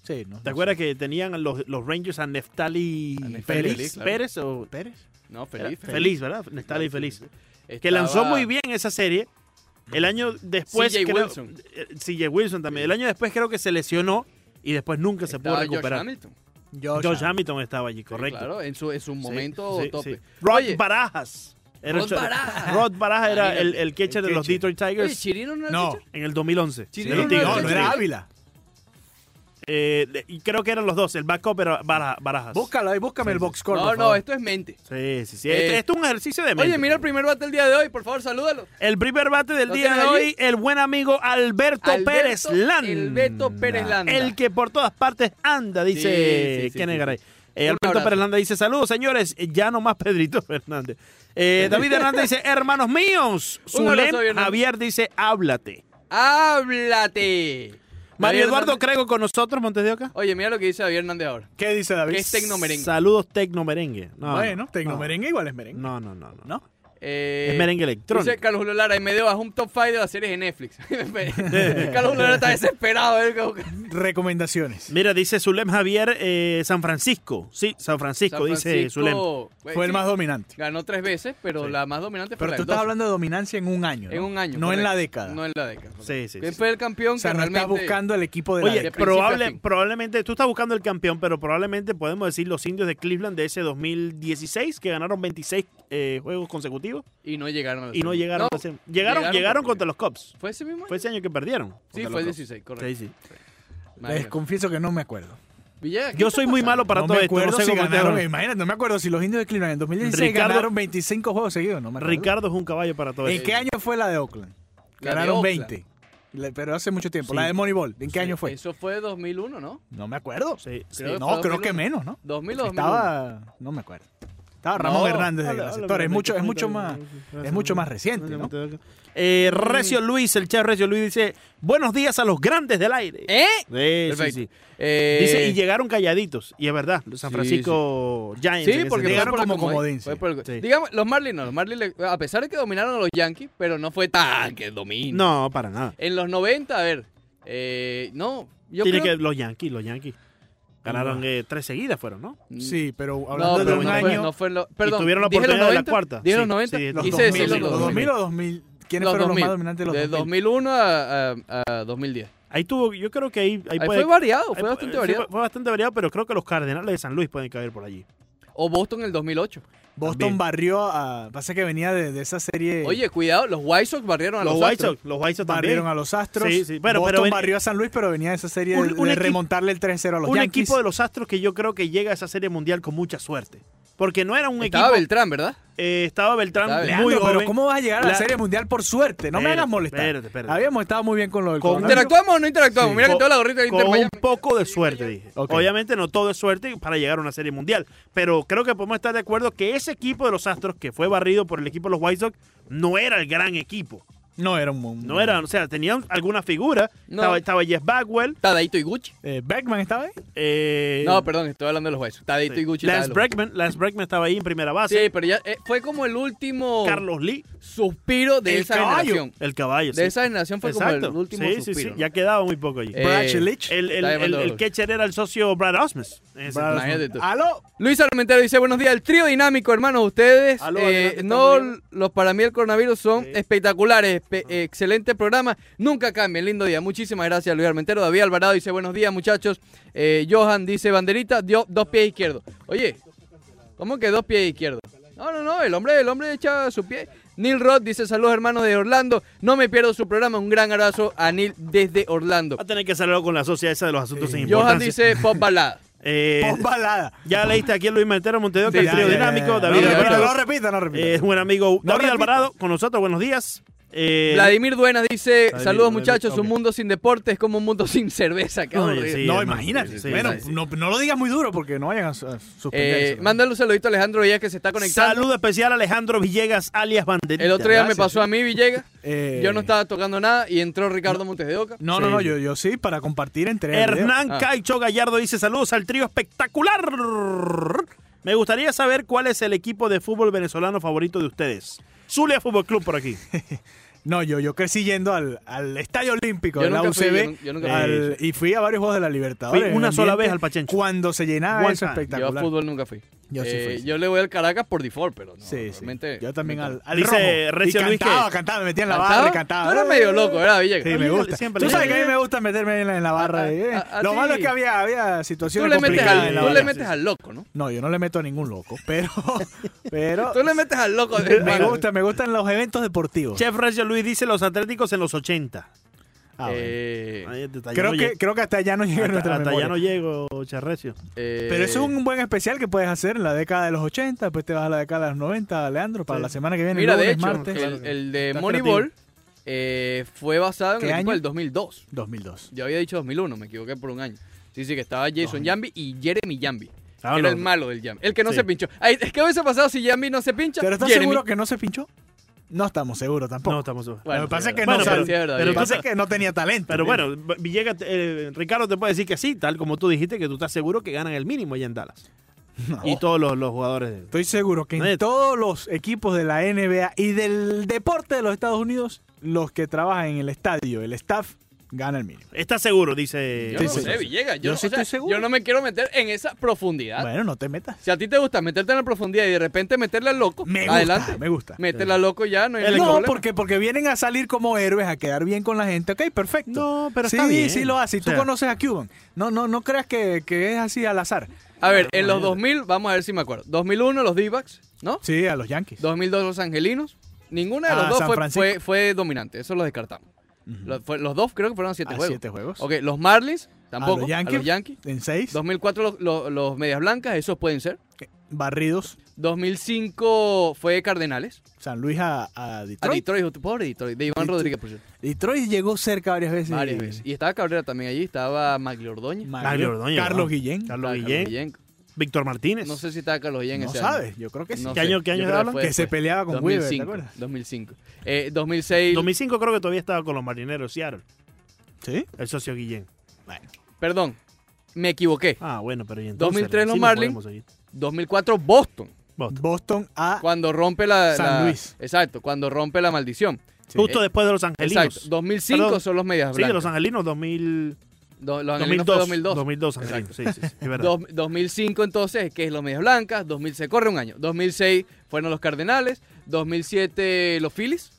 E: Sí, ¿no?
A: ¿Te acuerdas que tenían los, los Rangers a Neftali
B: A Neftali
A: Feliz?
B: Feliz, claro.
A: Pérez o
E: Pérez?
B: no,
A: era-
B: feliz.
A: Feliz, ¿verdad? Neftali Feliz. Que
B: Estaba-
A: lanzó muy bien esa serie. El año después.
B: CJ
A: creo-
B: Wilson.
A: eh, CJ Wilson también. El año después creo que se lesionó y después nunca se pudo
B: estaba Josh
A: recuperar.
B: Hamilton.
E: Josh,
A: Josh Hamilton estaba allí,
B: Sí,
A: correcto.
B: claro, en su, en su
A: Sí,
B: momento
A: sí,
B: tope.
A: sí. Rod
B: Oye,
A: Barajas. Era
B: Rod
A: el-
B: Barajas.
A: Rod Barajas era el, el catcher
E: El
A: de los
E: catcher.
A: Detroit Tigers
B: oye, ¿Chirino no era
E: No.
B: pitcher?
A: en el 2011.
B: Chirino
A: De los
B: no
A: Tigers.
E: No, este no era Ávila.
A: Eh, de- y creo que eran los dos, el backup era Bara- Barajas.
E: Búscalo ahí, búscame el box score.
B: No, este
E: por
B: no,
E: favor.
B: esto es mente.
A: Sí, sí, sí.
B: Eh,
A: Este- esto es un ejercicio de mente.
B: Oye, mira el primer bate del día de hoy, por favor, salúdalo.
A: El primer bate del
B: ¿Lo
A: día de
B: tienes allí?
A: hoy, el buen amigo Alberto,
B: Alberto-
A: Pérez Landa.
B: el Beto Pérez Landa.
A: El que por todas partes anda, dice
B: Sí, sí, sí,
A: Kenneth
B: sí.
A: Garay.
B: Un
A: Eh, Alberto
B: abrazo.
A: Pérez Landa dice, saludos señores, ya no más Pedrito Fernández. Eh, David Hernández dice, hermanos míos,
B: Un abrazo,
A: Zulem
B: Hernández.
A: Javier dice, háblate.
B: ¡Háblate!
A: Mario
B: Javier
A: Eduardo
B: Hernández-
A: Crego con nosotros, Montes de Oca.
B: Oye, mira lo que dice Javier Hernández ahora.
E: ¿Qué dice David?
B: Que es tecnomerengue.
A: Saludos Tecno Merengue. No,
E: Bueno,
A: este no,
E: tecnomerengue igual es merengue.
A: No, no, no. no.
E: ¿No?
B: Eh,
A: Es merengue
B: Dice
A: electrónico.
B: Carlos Julio Lara, y me dio bajo un top 5 de las series de Netflix. Carlos Julio Lara está desesperado. ¿eh? como que-
E: Recomendaciones.
A: Mira, dice Zulem Javier eh, San Francisco. Sí, San Francisco,
B: San
A: dice Zulem.
B: Francisco, güey,
E: Fue el
B: pues sí,
E: más dominante.
B: Ganó tres veces, pero
A: Sí.
B: la más dominante fue
E: Pero
B: la
E: tú
B: del
E: estás
B: 12.
E: hablando de dominancia en un año.
B: En
E: ¿no?
B: un año.
E: No en
B: correcto.
E: la década.
B: No en la década. correcto.
A: Sí, sí,
B: ¿Quién
A: sí.
B: fue el campeón
E: O sea,
B: que
E: no estás
B: realmente...
E: buscando el equipo de la
A: Oye,
E: década.
B: principio a
A: probable,
B: fin.
A: probablemente tú estás buscando el campeón, pero probablemente podemos decir los indios de Cleveland de ese 2016 que ganaron 26 eh, juegos consecutivos
B: Y no llegaron a la
A: y no
B: semis.
A: llegaron. a ser- llegaron,
B: llegaron
A: llegaron
B: porque-
A: contra los Cubs.
B: ¿Fue ese mismo año?
A: Fue ese año que perdieron.
B: sí,
A: contra
B: fue el
A: los Cubs.
B: 16, correcto.
A: Sí, sí.
B: Madre
E: Les
B: mía.
E: confieso que no me acuerdo.
B: Villegas, ¿qué
A: Yo
B: está
A: soy muy
B: pasando?
A: malo para
E: no
A: todo
E: me
A: esto.
E: acuerdo
A: No sé
E: si
A: cómo te
E: ganaron.
A: hablo.
E: Imagínate, no me acuerdo si los indios de Cleveland en 2016
A: Ricardo-
E: ganaron 25 juegos seguidos. No me acuerdo.
A: Ricardo es un caballo para todo
E: ¿En
A: esto.
E: qué año fue la de Oakland?
B: La de
E: Ganaron
B: Oakland.
E: 20. La- Pero hace mucho tiempo.
A: Sí.
E: La de Moneyball. ¿En qué año fue?
B: Eso fue 2001, ¿no?
E: No me acuerdo.
A: Sí, sí.
B: Creo que
E: No,
B: fue
E: creo que
B: 2001.
E: menos, ¿no?
B: 2000 o 2001.
E: Estaba. No me acuerdo. Estaba
B: No.
E: Ramón Hernández de
A: Habla-
E: Gracia
A: habla
E: Torres. Es
A: con
E: mucho,
A: Ricky,
E: es mucho
A: habla
E: más,
A: con Ricky.
E: es mucho más reciente, ¿no?
A: Eh, Recio Luis, el chef Recio Luis dice, buenos días a los grandes del aire.
B: ¿Eh?
A: Eh, sí,
B: Perfecto.
A: sí.
B: Eh,
A: Dice, E y llegaron calladitos. Y es verdad, los San
B: Sí,
A: Francisco Giants. en
B: Sí,
A: ese
B: porque
A: sentido.
E: llegaron
B: fue por
E: como
B: el comodín,
E: comodín, sí.
B: fue por el-
A: Sí.
B: Digamos, los Marlins no. Los Marlins, le- a pesar de que dominaron a los Yankees, pero no fue tan que dominan.
A: No, para nada.
B: En los 90, a ver. eh, no, yo
A: Tiene
B: creo
A: que los Yankees, los Yankees. Ganaron eh, tres seguidas, fueron, ¿no?
E: Sí, pero hablando
B: No,
E: de
B: pero
E: un
B: no fue,
E: año.
B: no fue lo, perdón,
A: y tuvieron la
B: dije los
A: oportunidad de la
B: 90,
A: cuarta.
B: Dije los
A: Sí,
B: 90,
A: sí,
E: los
B: quise
E: 2000,
B: decir los
E: los
B: 2000.
E: 2000 o 2000. ¿Quiénes
B: Los
E: fueron
B: 2000,
E: los más dominantes de
B: de
E: los 2000?
B: 2001 a, a- a 2010.
A: Ahí tuvo, yo creo que ahí, ahí
B: Ahí
A: puede-
B: fue variado,
A: ahí
B: fue bastante
A: sí,
B: variado.
A: fue- fue bastante variado, pero creo que los Cardenales de San Luis pueden caer por allí.
B: O Boston en el 2008.
E: Boston
A: También.
E: barrió a. Pasa que venía de, de esa serie.
B: Oye, cuidado, los White Sox barrieron a Ah, los,
A: Los White
B: Astros.
A: Sox, los White Sox también.
E: barrieron a los Astros.
A: Sí, sí, bueno,
E: Boston
A: pero ven-
E: barrió a San Luis, pero venía de esa serie
A: Un-
E: de,
A: un
E: de
A: equi-
E: remontarle el 3-0 a los
A: un
E: Yankees.
A: equipo de los Astros que yo creo que llega a esa serie mundial con mucha suerte. Porque no era un
B: Estaba
A: equipo.
B: Beltrán, ¿verdad?
A: eh, estaba Beltrán
B: Estaba Beltrán.
E: Leandro,
A: muy
E: pero
A: joven.
E: ¿cómo vas a llegar a la,
A: La-
E: Serie Mundial por suerte? No me
A: Espérate,
E: hagas molestar.
A: espérate, espérate.
E: Habíamos estado muy bien con lo del
A: Con-
E: coronavirus.
B: ¿Interactuamos o no interactuamos?
E: Sí.
B: Mira que
A: Con-
B: toda la gorrita de Inter
A: con
B: Miami.
A: un poco de suerte, dije.
E: Ok.
A: Obviamente no todo es suerte para llegar a una serie mundial, pero creo que podemos estar de acuerdo que ese equipo de los Astros que fue barrido por el equipo de los White Sox no era el gran equipo.
E: No era un. un-
A: No era, o sea, tenían alguna figura.
B: No.
A: Estaba, estaba Jeff Bagwell,
B: Tadito y Gucci.
E: Eh, ¿Beckman estaba ahí?
A: eh,
B: No, perdón, estoy hablando de los White Sox. Tadito y Gucci.
A: Lance
B: estaba de los-
A: Bregman, Lance Bregman estaba ahí en primera
B: Sí,
A: base.
B: pero ya eh, fue como el último
A: Carlos Lee,
B: suspiro de
A: el
B: esa
A: caballo,
B: generación.
A: el caballo.
B: De
A: sí.
B: esa generación fue
A: Exacto.
B: como el último
A: sí,
B: suspiro.
A: sí, sí,
B: ¿no?
A: ya quedaba muy poco allí.
B: Eh,
E: Brash Leach.
A: el, el,
B: está
A: el,
B: llamando-
A: el catcher era el socio Brad Osmus. en ese
E: Brad
A: entonces.
B: Imagínate tú.
E: ¡Aló!
B: Luis Armentero dice, buenos días, el trío dinámico, hermanos, ustedes,
A: Aló,
B: eh,
A: adelante,
B: no,
A: estamos
B: los para mí el coronavirus son
A: Sí.
B: espectaculares, espe- excelente programa, nunca cambien, lindo día, muchísimas gracias Luis Armentero, David Alvarado dice, buenos días muchachos, Eh, Johan dice, banderita, dio dos pies izquierdos, oye, ¿cómo que dos pies izquierdos? No, no, no, el hombre, el hombre echa su pie. Neil Roth dice, saludos hermanos de Orlando, no me pierdo su programa, un gran abrazo a Neil desde Orlando.
A: Va a tener que hacer algo con la sociedad esa de los asuntos sin
B: Johan
A: importancia.
B: dice, pop balada.
A: Eh,
E: Pon balada.
A: ya leíste aquí a Luis Montero Montedio, que
B: Sí,
A: el trío
B: ya, ya,
A: dinámico,
E: ya.
A: David
E: no, repita,
A: Alvarado,
E: No repita, no repita.
A: eh, es un buen amigo.
E: No
A: David
E: repita.
A: Alvarado, con nosotros, buenos días. Eh,
B: Vladimir Duenas dice,
A: Vladimir
B: saludos
A: Duenas,
B: muchachos,
A: ok.
B: un mundo sin deporte es como un mundo sin cerveza. Qué
A: Oye,
B: aburrido.
A: sí.
E: no,
A: hermano,
E: imagínate.
A: sí,
E: bueno,
A: sí, sí.
E: No, no lo digas muy duro porque no vayan a, su- a suspender
B: Eh,
E: eso.
B: mándale un saludito a Alejandro Villegas que se está conectando.
A: Saludo especial a Alejandro Villegas, alias Banderita.
B: El otro día me
E: gracias,
B: pasó
E: sí.
B: a mí Villegas,
E: Eh,
B: yo no estaba tocando nada y entró Ricardo Montes de Oca.
E: No, no, no, yo, yo sí, para compartir entre el video.
A: Hernán
B: Ah.
A: Caicho Gallardo dice saludos al trío espectacular. Me gustaría saber cuál es el equipo de fútbol venezolano favorito de ustedes. Zulia Fútbol Club por aquí.
E: No, yo, yo crecí yendo al, al Estadio Olímpico
B: Yo
E: de la
B: nunca
E: UCB
B: fui, yo nu- yo nunca fui.
E: al- y fui a varios juegos de la Libertadores.
A: Fui
E: en
A: una
E: un
A: sola
E: ambiente
A: vez al Pachencho.
E: Cuando se llenaba
A: Buen
E: eso
A: time.
B: Yo a
E: espectacular.
B: fútbol nunca fui. Eh,
E: Yo sí fui, sí.
B: Yo le voy al Caracas por default, pero no.
E: sí, sí.
B: realmente-
E: Yo también al, al
A: Dice
E: rojo.
A: Recio
E: y
A: Luis que-
E: cantaba, cantaba, me metía en la
B: ¿Cantaba?
E: barra y cantaba.
B: Tú eras medio loco,
A: ¿eh?
B: ¿verdad, Villegas?
E: Sí,
A: Oye,
E: me gusta.
A: siempre
E: Tú
A: le-
E: sabes que a mí me gusta meterme en la, en la barra.
B: A-
E: eh.
B: a- a
E: Lo
B: ti-
E: malo es que había, había
B: Tú
E: situaciones
B: le metes,
E: complicadas en
B: al,
E: la
B: tú
E: barra.
B: le metes al loco, ¿no?
E: No, yo no le meto a ningún loco, pero... pero
B: Tú le metes al loco.
E: me
B: hermano.
E: gusta, me gustan los eventos deportivos.
A: Chef Recio Luis dice los atléticos en los 80.
E: Ah, bueno.
B: Eh,
A: Ay, hasta allá no
E: creo, que,
A: llego.
E: creo que hasta allá no llega
A: hasta,
E: nuestra
A: hasta
E: memoria.
A: allá no llego, Chef Recio.
B: eh,
E: Pero eso es un buen especial que puedes hacer en la década de los 80, después te vas a la década de los 90, Leandro, para
A: Sí.
E: la semana que viene.
B: Mira,
E: lunes,
B: de hecho,
E: martes,
B: el, el de
E: Estás
B: Moneyball eh, fue basado en
E: ¿Qué
B: el equipo
E: año?
B: del 2002.
E: 2002.
B: Yo había dicho 2001, me equivoqué por un año. Sí, sí, que estaba Jason Yambi y Jeremy Yambi.
A: Ah,
B: que
A: no.
B: era el malo del Yambi. El que no
A: Sí.
B: se pinchó. Ay, es que hubiese pasado si Yambi no se pincha.
E: ¿Pero estás
B: Jeremy.
E: seguro que no se pinchó? No estamos seguros tampoco.
A: No, estamos seguros.
B: Bueno,
E: Lo que pasa es que
A: Bueno,
E: no
A: pero,
E: sabe.
B: sí, es verdad,
A: pero
E: Lo que
B: Diego.
E: pasa
A: entonces-
E: es que no tenía talento.
A: pero bueno, Villegas, eh, Ricardo te puede decir que sí, tal como tú dijiste, que tú estás seguro que ganan el mínimo allá en Dallas.
E: No.
A: Y todos los, los jugadores. de-
E: Estoy seguro que en
A: Neta.
E: todos los equipos de la NBA y del deporte de los Estados Unidos, los que trabajan en el estadio, el staff, gana el mínimo.
A: Estás seguro, dice.
B: Yo
E: Sí,
B: no
E: sí,
B: sé,
E: sí.
B: Villegas. Yo,
E: Yo
B: no-
E: sí
B: o sea,
E: estoy seguro.
B: yo no me quiero meter en esa profundidad.
E: Bueno, no te metas.
B: Si a ti te gusta meterte en la profundidad y de repente meterle al loco,
E: Me gusta,
B: adelante.
E: me gusta.
B: Métela al loco ya, no hay ningún
E: No,
B: problema.
E: porque, porque vienen a salir como héroes, a quedar bien con la gente. Ok, perfecto.
A: No, pero
E: sí,
A: está bien.
E: Sí, lo hace. Y
A: O
E: tú
A: sea-
E: conoces a Cuban. No, no, no creas que, que es así al azar.
B: A ver, en los 2000, vamos a ver si me acuerdo. 2001, los D-Backs, ¿no?
E: Sí, a los Yankees.
B: 2002 los angelinos. Ninguna de
E: Ah,
B: los dos
E: San
B: fue,
E: Francisco.
B: fue, fue dominante, eso lo descartamos. Lo- fue- Los, dos creo que fueron a siete
E: A
B: juegos.
E: Ah, siete juegos.
B: Ok, los Marlins, tampoco.
E: A los Yankees.
B: Yankees.
E: En seis. eh,
B: 2004 los, los- los Medias Blancas, esos pueden ser.
E: Barridos.
B: 2005 fue Cardenales.
E: San Luis a, a
B: A
E: Detroit.
B: Detroit, pobre Detroit, de Iván
E: Detroit.
B: Rodríguez, por cierto.
E: Detroit llegó cerca varias veces.
B: Varias veces. Y estaba Cabrera también allí, estaba Magli Ordóñez.
E: Mario-
A: Mario Ordóñez,
E: Carlos
A: ¿no?
E: Guillén. Pues,
A: Carlos
B: Estaba
A: Guillén, Víctor Martínez.
B: No sé si estaba Carlos Guillén
E: No
B: ese
E: sabes, yo creo que sí.
B: No
A: ¿Qué
B: sé,
A: año- qué
B: yo
A: año
B: creo
A: hablan?
B: fue
E: que se
B: después.
E: peleaba con Weaver, ¿te
B: 2005.
E: acuerdas?
B: 2005. Eh, 2006.
A: 2005 creo que todavía estaba con los marineros de Seattle,
E: Sí.
A: el socio Guillén.
B: Perdón, me equivoqué.
A: Ah, bueno, pero ¿y entonces?
B: 2003 los
A: no
B: Marlins.
A: podemos seguir.
B: 2004 Boston.
A: Boston.
E: Boston a
B: Cuando rompe la.
E: Ah. San
B: la-
E: Luis.
B: Exacto, cuando rompe la maldición.
E: Sí.
A: Justo después de Los Angelinos.
B: Exacto. 2005
A: Perdón.
B: son los medias
A: Sí, de Los
B: blancas.
A: Angelinos 2000,
B: Do- los
A: 2002.
B: angelinos fue
A: 2002.
B: 2002.
A: Angelinos, sí, sí, sí, es verdad.
B: Dos- 2005 entonces, que es los medias blancas. 2000 se corre un año. 2006 fueron los Cardenales. 2007 los Phillies.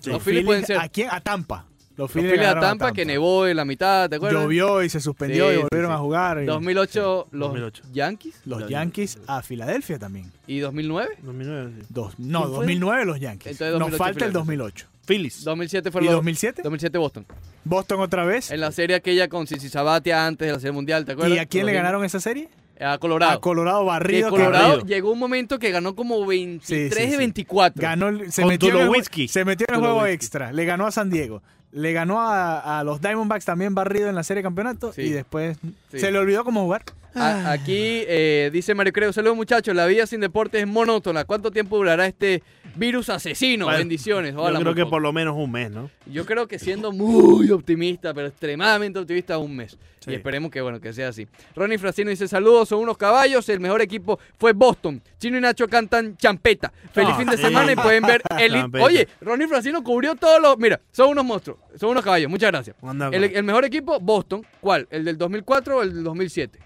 A: Sí.
B: Los Phillies pueden ser.
E: ¿A quién? A Tampa. Los
B: Los
E: Phillies
B: Phillies a
E: ganaron
B: Tampa, que nevó en la mitad, ¿te acuerdas?
E: Llovió y se suspendió
B: Sí,
E: y
B: sí,
E: volvieron
B: sí.
E: a jugar. y-
B: 2008 los
A: 2008.
B: Yankees
E: Los Yankees a Filadelfia también.
B: y 2009.
A: 2009, sí.
E: Dos- no,
B: ¿Quién fue?
E: 2009 los Yankees.
B: Entonces,
E: Nos
B: 2008
E: falta el
B: Filadelfia.
E: 2008.
A: Phillies.
B: 2007
E: ¿Y
B: fueron los
E: 2007?
B: 2007 Boston.
E: Boston otra vez.
B: En la serie aquella con Cici Sabatia antes de la serie mundial, ¿te acuerdas?
E: ¿Y a quién le ganaron esa serie?
B: A Colorado.
E: A Colorado
B: Que
E: Barrido.
B: Colorado
A: Barrido.
B: llegó un momento que ganó como 23
E: Sí, sí,
B: de
E: sí.
B: 24.
E: Ganó, el- se,
A: Con
E: metió en el,
A: Tulowitzki.
E: jue- se metió en el juego
B: Tulowitzki.
E: extra. Le ganó a San Diego. Le ganó a, a los Diamondbacks también barrido en la serie de campeonato.
B: Sí.
E: Y después
B: Sí. Ah.
E: se le olvidó cómo jugar.
B: A- aquí eh, dice Mario Creo, saludos muchachos, la vida sin deporte es monótona. ¿Cuánto tiempo durará este virus asesino?
A: Bueno,
B: Bendiciones.
A: Yo
B: Ojalá
A: creo
B: muy
A: que
B: poco.
A: por lo menos un mes, ¿no?
B: Yo creo que siendo muy optimista, pero extremadamente optimista, un mes.
A: Sí.
B: Y esperemos que, bueno, que sea así. Ronnie Fracino dice, saludos, son unos caballos, el mejor equipo fue Boston. Chino y Nacho cantan champeta. Feliz
A: Ah,
B: fin de
A: sí.
B: semana y pueden ver Elite.
A: Champeta.
B: Oye, Ronnie Fracino cubrió todos los... Mira, son unos monstruos, son unos caballos, muchas gracias.
A: Anda,
B: El, el mejor equipo, Boston. ¿Cuál? ¿El del 2004 o el del 2007?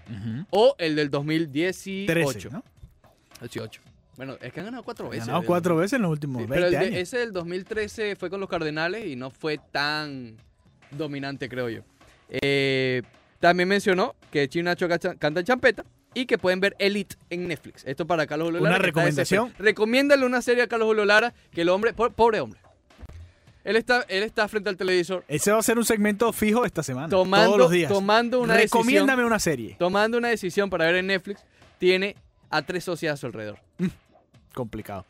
B: O el del 2018.
E: 13, ¿no?
B: 18. Bueno, es que han ganado cuatro veces.
E: Ganado cuatro veces en los últimos
B: Sí, pero
E: 20
B: el de-
E: años.
B: ese del 2013 fue con los Cardenales y no fue tan dominante, creo yo. Eh, también mencionó que Chino y Nacho cacha- cantan champeta y que pueden ver Elite en Netflix. Esto para Carlos Julio
E: Una
B: Lara. que está
E: recomendación.
B: desesperado. Recomiéndale una serie a Carlos Julio Lara que el hombre, po- pobre hombre, él está, él está frente al televisor
E: Ese va a ser un segmento fijo esta semana. todos
B: tomando,
E: los días.
B: tomando una decisión
E: Recomiéndame una serie.
B: tomando una decisión para ver en Netflix, tiene a tres sociedades a su alrededor.
E: Complicado.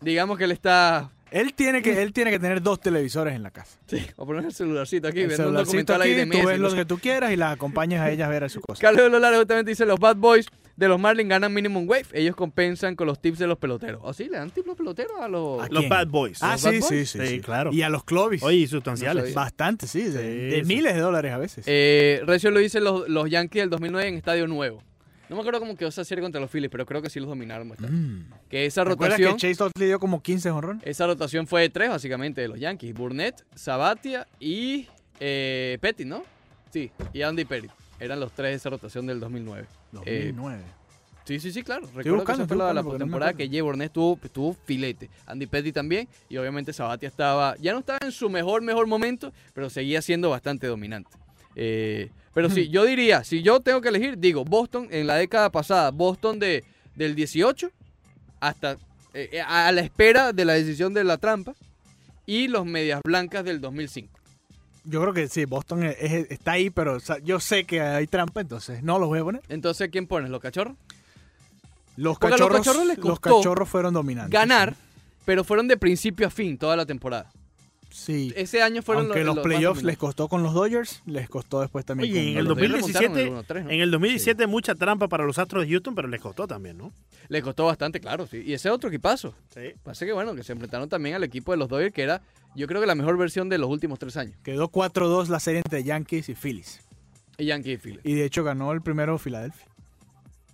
B: Digamos que él está.
E: Él tiene, que, él tiene que tener dos televisores en la casa.
B: Sí, voy a poner el celularcito aquí,
E: El
B: viendo un
E: celularcito
B: documental
E: aquí,
B: ahí de Messi.
E: tú ves
B: no
E: los
B: sé.
E: que tú quieras y las acompañas a ellas a ver a su cosa.
B: Carlos Lola justamente dice: Los Bad Boys de los Marlins ganan Minimum Wave. Ellos compensan con los tips de los peloteros. ¿O sí? ¿Le dan tips los peloteros a los.?
E: Aquí.
A: Los
E: ¿Quién?
A: Bad Boys.
E: Ah,
B: ¿Los Bad
E: sí, sí, sí,
A: Boys? Sí,
E: sí.
A: claro.
E: Y a los Clovis.
A: Oye, y sustanciales.
B: No
E: Bastante, sí. De,
A: Sí,
E: de
A: sí.
E: miles de dólares a veces.
B: Eh, Recio lo dice: los, los Yankees del 2009 en Estadio Nuevo. No me acuerdo cómo quedó esa serie contra los Phillies, pero creo que sí los dominaron bastante.
E: Mm.
B: Que esa
E: ¿Te acuerdas que
B: rotación.
E: Chase Dudley dio como 15 jonrones?
B: Esa rotación fue de tres, básicamente, de los Yankees. Burnett, Sabatia y eh, Petty, ¿no? Sí, y Andy Petty. Eran los tres de esa rotación del 2009. Eh, sí, sí, sí, claro. Recuerdo
E: buscando,
B: que esa fue la,
E: estoy buscando
B: la
E: porque no me
B: postemporada
E: acuerdo.
B: que Jay Burnett tuvo, tuvo filete. Andy Petty también. Y obviamente Sabatia estaba... Ya no estaba en su mejor, mejor momento, pero seguía siendo bastante dominante. Eh, pero sí, yo diría, si yo tengo que elegir, digo, Boston en la década pasada, Boston de, del 18 hasta eh, eh, a la espera de la decisión de la trampa y los medias blancas del 2005.
E: Yo creo que sí, Boston es- es- está ahí, pero o sea, yo sé que hay trampa, entonces no los voy a poner.
B: Entonces, ¿quién pones? ¿Los cachorros?
E: Los
B: Porque a los
E: cachorros,
B: cachorros les
E: los
B: costó
E: cachorros fueron dominantes.
B: Ganar, pero fueron de principio a fin toda la temporada.
E: Sí.
B: Ese año Eh, fueron
E: Aunque los,
B: más
E: playoffs les
B: dominantes.
E: costó con los Dodgers, les costó después también.
A: Oye,
E: con
A: en el
E: los
B: Los
A: 2000
B: Dodgers remontaron
A: 2017,
B: el 1-3, ¿no?
A: En el 2017 mucha trampa para los Astros de Houston, pero les costó también, ¿no?
B: Les costó bastante, claro. sí. Y ese otro equipazo.
A: Sí.
B: Pasa que bueno, que se enfrentaron también al equipo de los Dodgers, que era, yo creo que la mejor versión de los últimos tres años.
E: Quedó 4-2 la serie entre Yankees y Phillies.
B: Y Yankee y Phillies.
E: Y de hecho ganó el primero Filadelfia.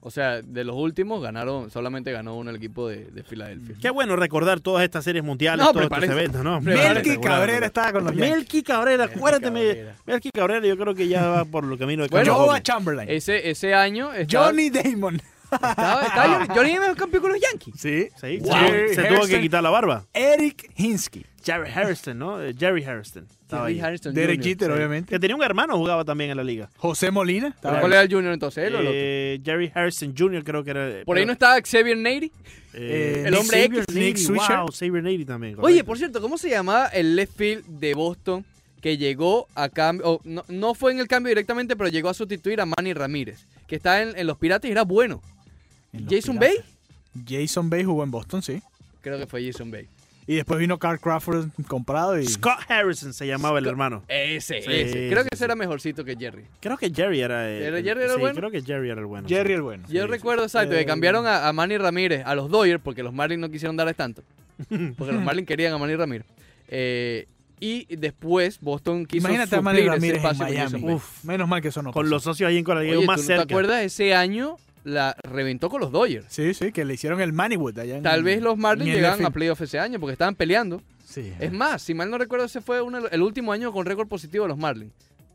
B: O sea, de los últimos ganaron, solamente ganó uno el equipo de, de Filadelfia.
A: Qué bueno recordar todas estas series mundiales,
B: No,
A: todos estos
B: prepárense.
A: eventos, ¿no?
B: Prepárense.
E: Melky Cabrera estaba con los Yankees.
A: Melky Cabrera, acuérdate,
B: Cabrera.
A: Melky Cabrera, yo creo que ya va por el camino de
B: Bueno,
A: Cacho
E: Joa
A: Hockey.
E: Chamberlain.
B: Ese, ese año estaba,
E: Johnny Damon.
B: estaba, estaba Johnny- Johnny Damon campeón con los Yankees.
E: Sí.
A: Sí,
E: Wow.
A: se, se tuvo
E: Jerry
A: que
E: Harrison.
A: quitar la barba.
E: Eric Hinsky.
A: Jerry Harrison, ¿no? Eh, Jerry Harrison. estaba
B: Terry
A: ahí.
B: Harrison
E: Derek
B: Jr.,
E: Jeter,
B: sí.
E: obviamente.
A: Que tenía un hermano jugaba también en la liga.
E: José Molina.
B: ¿Pero
E: estaba
B: ¿Cuál
E: ahí.
B: era el Junior entonces? él o el otro?
A: Eh, Jerry Harrison Jr. creo que era.
B: Por ahí no estaba Xavier Nady.
E: Eh,
B: el hombre
E: Xavier
B: X,
E: Nick
A: Nick
E: Swisher.
A: Wow, Xavier Nady también.
B: Oye,
A: correcto.
B: por cierto, ¿cómo se llamaba el left field de Boston que llegó a cambio, o no, no fue en el cambio directamente, pero llegó a sustituir a Manny Ramírez, que está en, en los Piratas y era bueno.
E: En los
B: Jason Bay,
E: Piratas. Jason Bay jugó en Boston, sí.
B: creo que fue Jason Bay.
E: Y después vino Carl Crawford comprado y.
A: Scott Harrison se llamaba el hermano.
B: Ese,
A: Sí,
B: ese. Creo
A: sí,
B: que ese era mejorcito que Jerry.
A: Creo que Jerry era el,
B: ¿Era Jerry era el
A: sí,
B: bueno?
A: creo que Jerry era el bueno.
E: Jerry el bueno.
B: Yo
A: Sí,
B: recuerdo, exacto, que
E: Eh,
B: cambiaron a, a Manny Ramírez a los Dodgers porque los Marlins no quisieron darles tanto. Porque los Marlins querían a Manny Ramírez. Eh, y después Boston quiso
E: Imagínate a
B: suplir
E: Manny
B: ese
E: Ramírez en
B: espacio con Jason
E: Miami.
B: Bay.
E: Uf, menos mal que eso no
A: Con
E: pasó.
A: los socios ahí en Coral
B: Oye,
A: más
B: ¿tú no
A: cerca.
B: ¿Te acuerdas? Ese año la reventó con los Dodgers.
E: Sí, sí, que le hicieron el Mannywood allá en-
B: Tal vez los
E: en
B: Marlins
E: el
B: llegaban a
E: field.
B: playoff ese año porque estaban peleando.
E: Sí.
B: Es más, si mal no recuerdo, ese fue uno de los- el último año con récord positivo de los Marlins.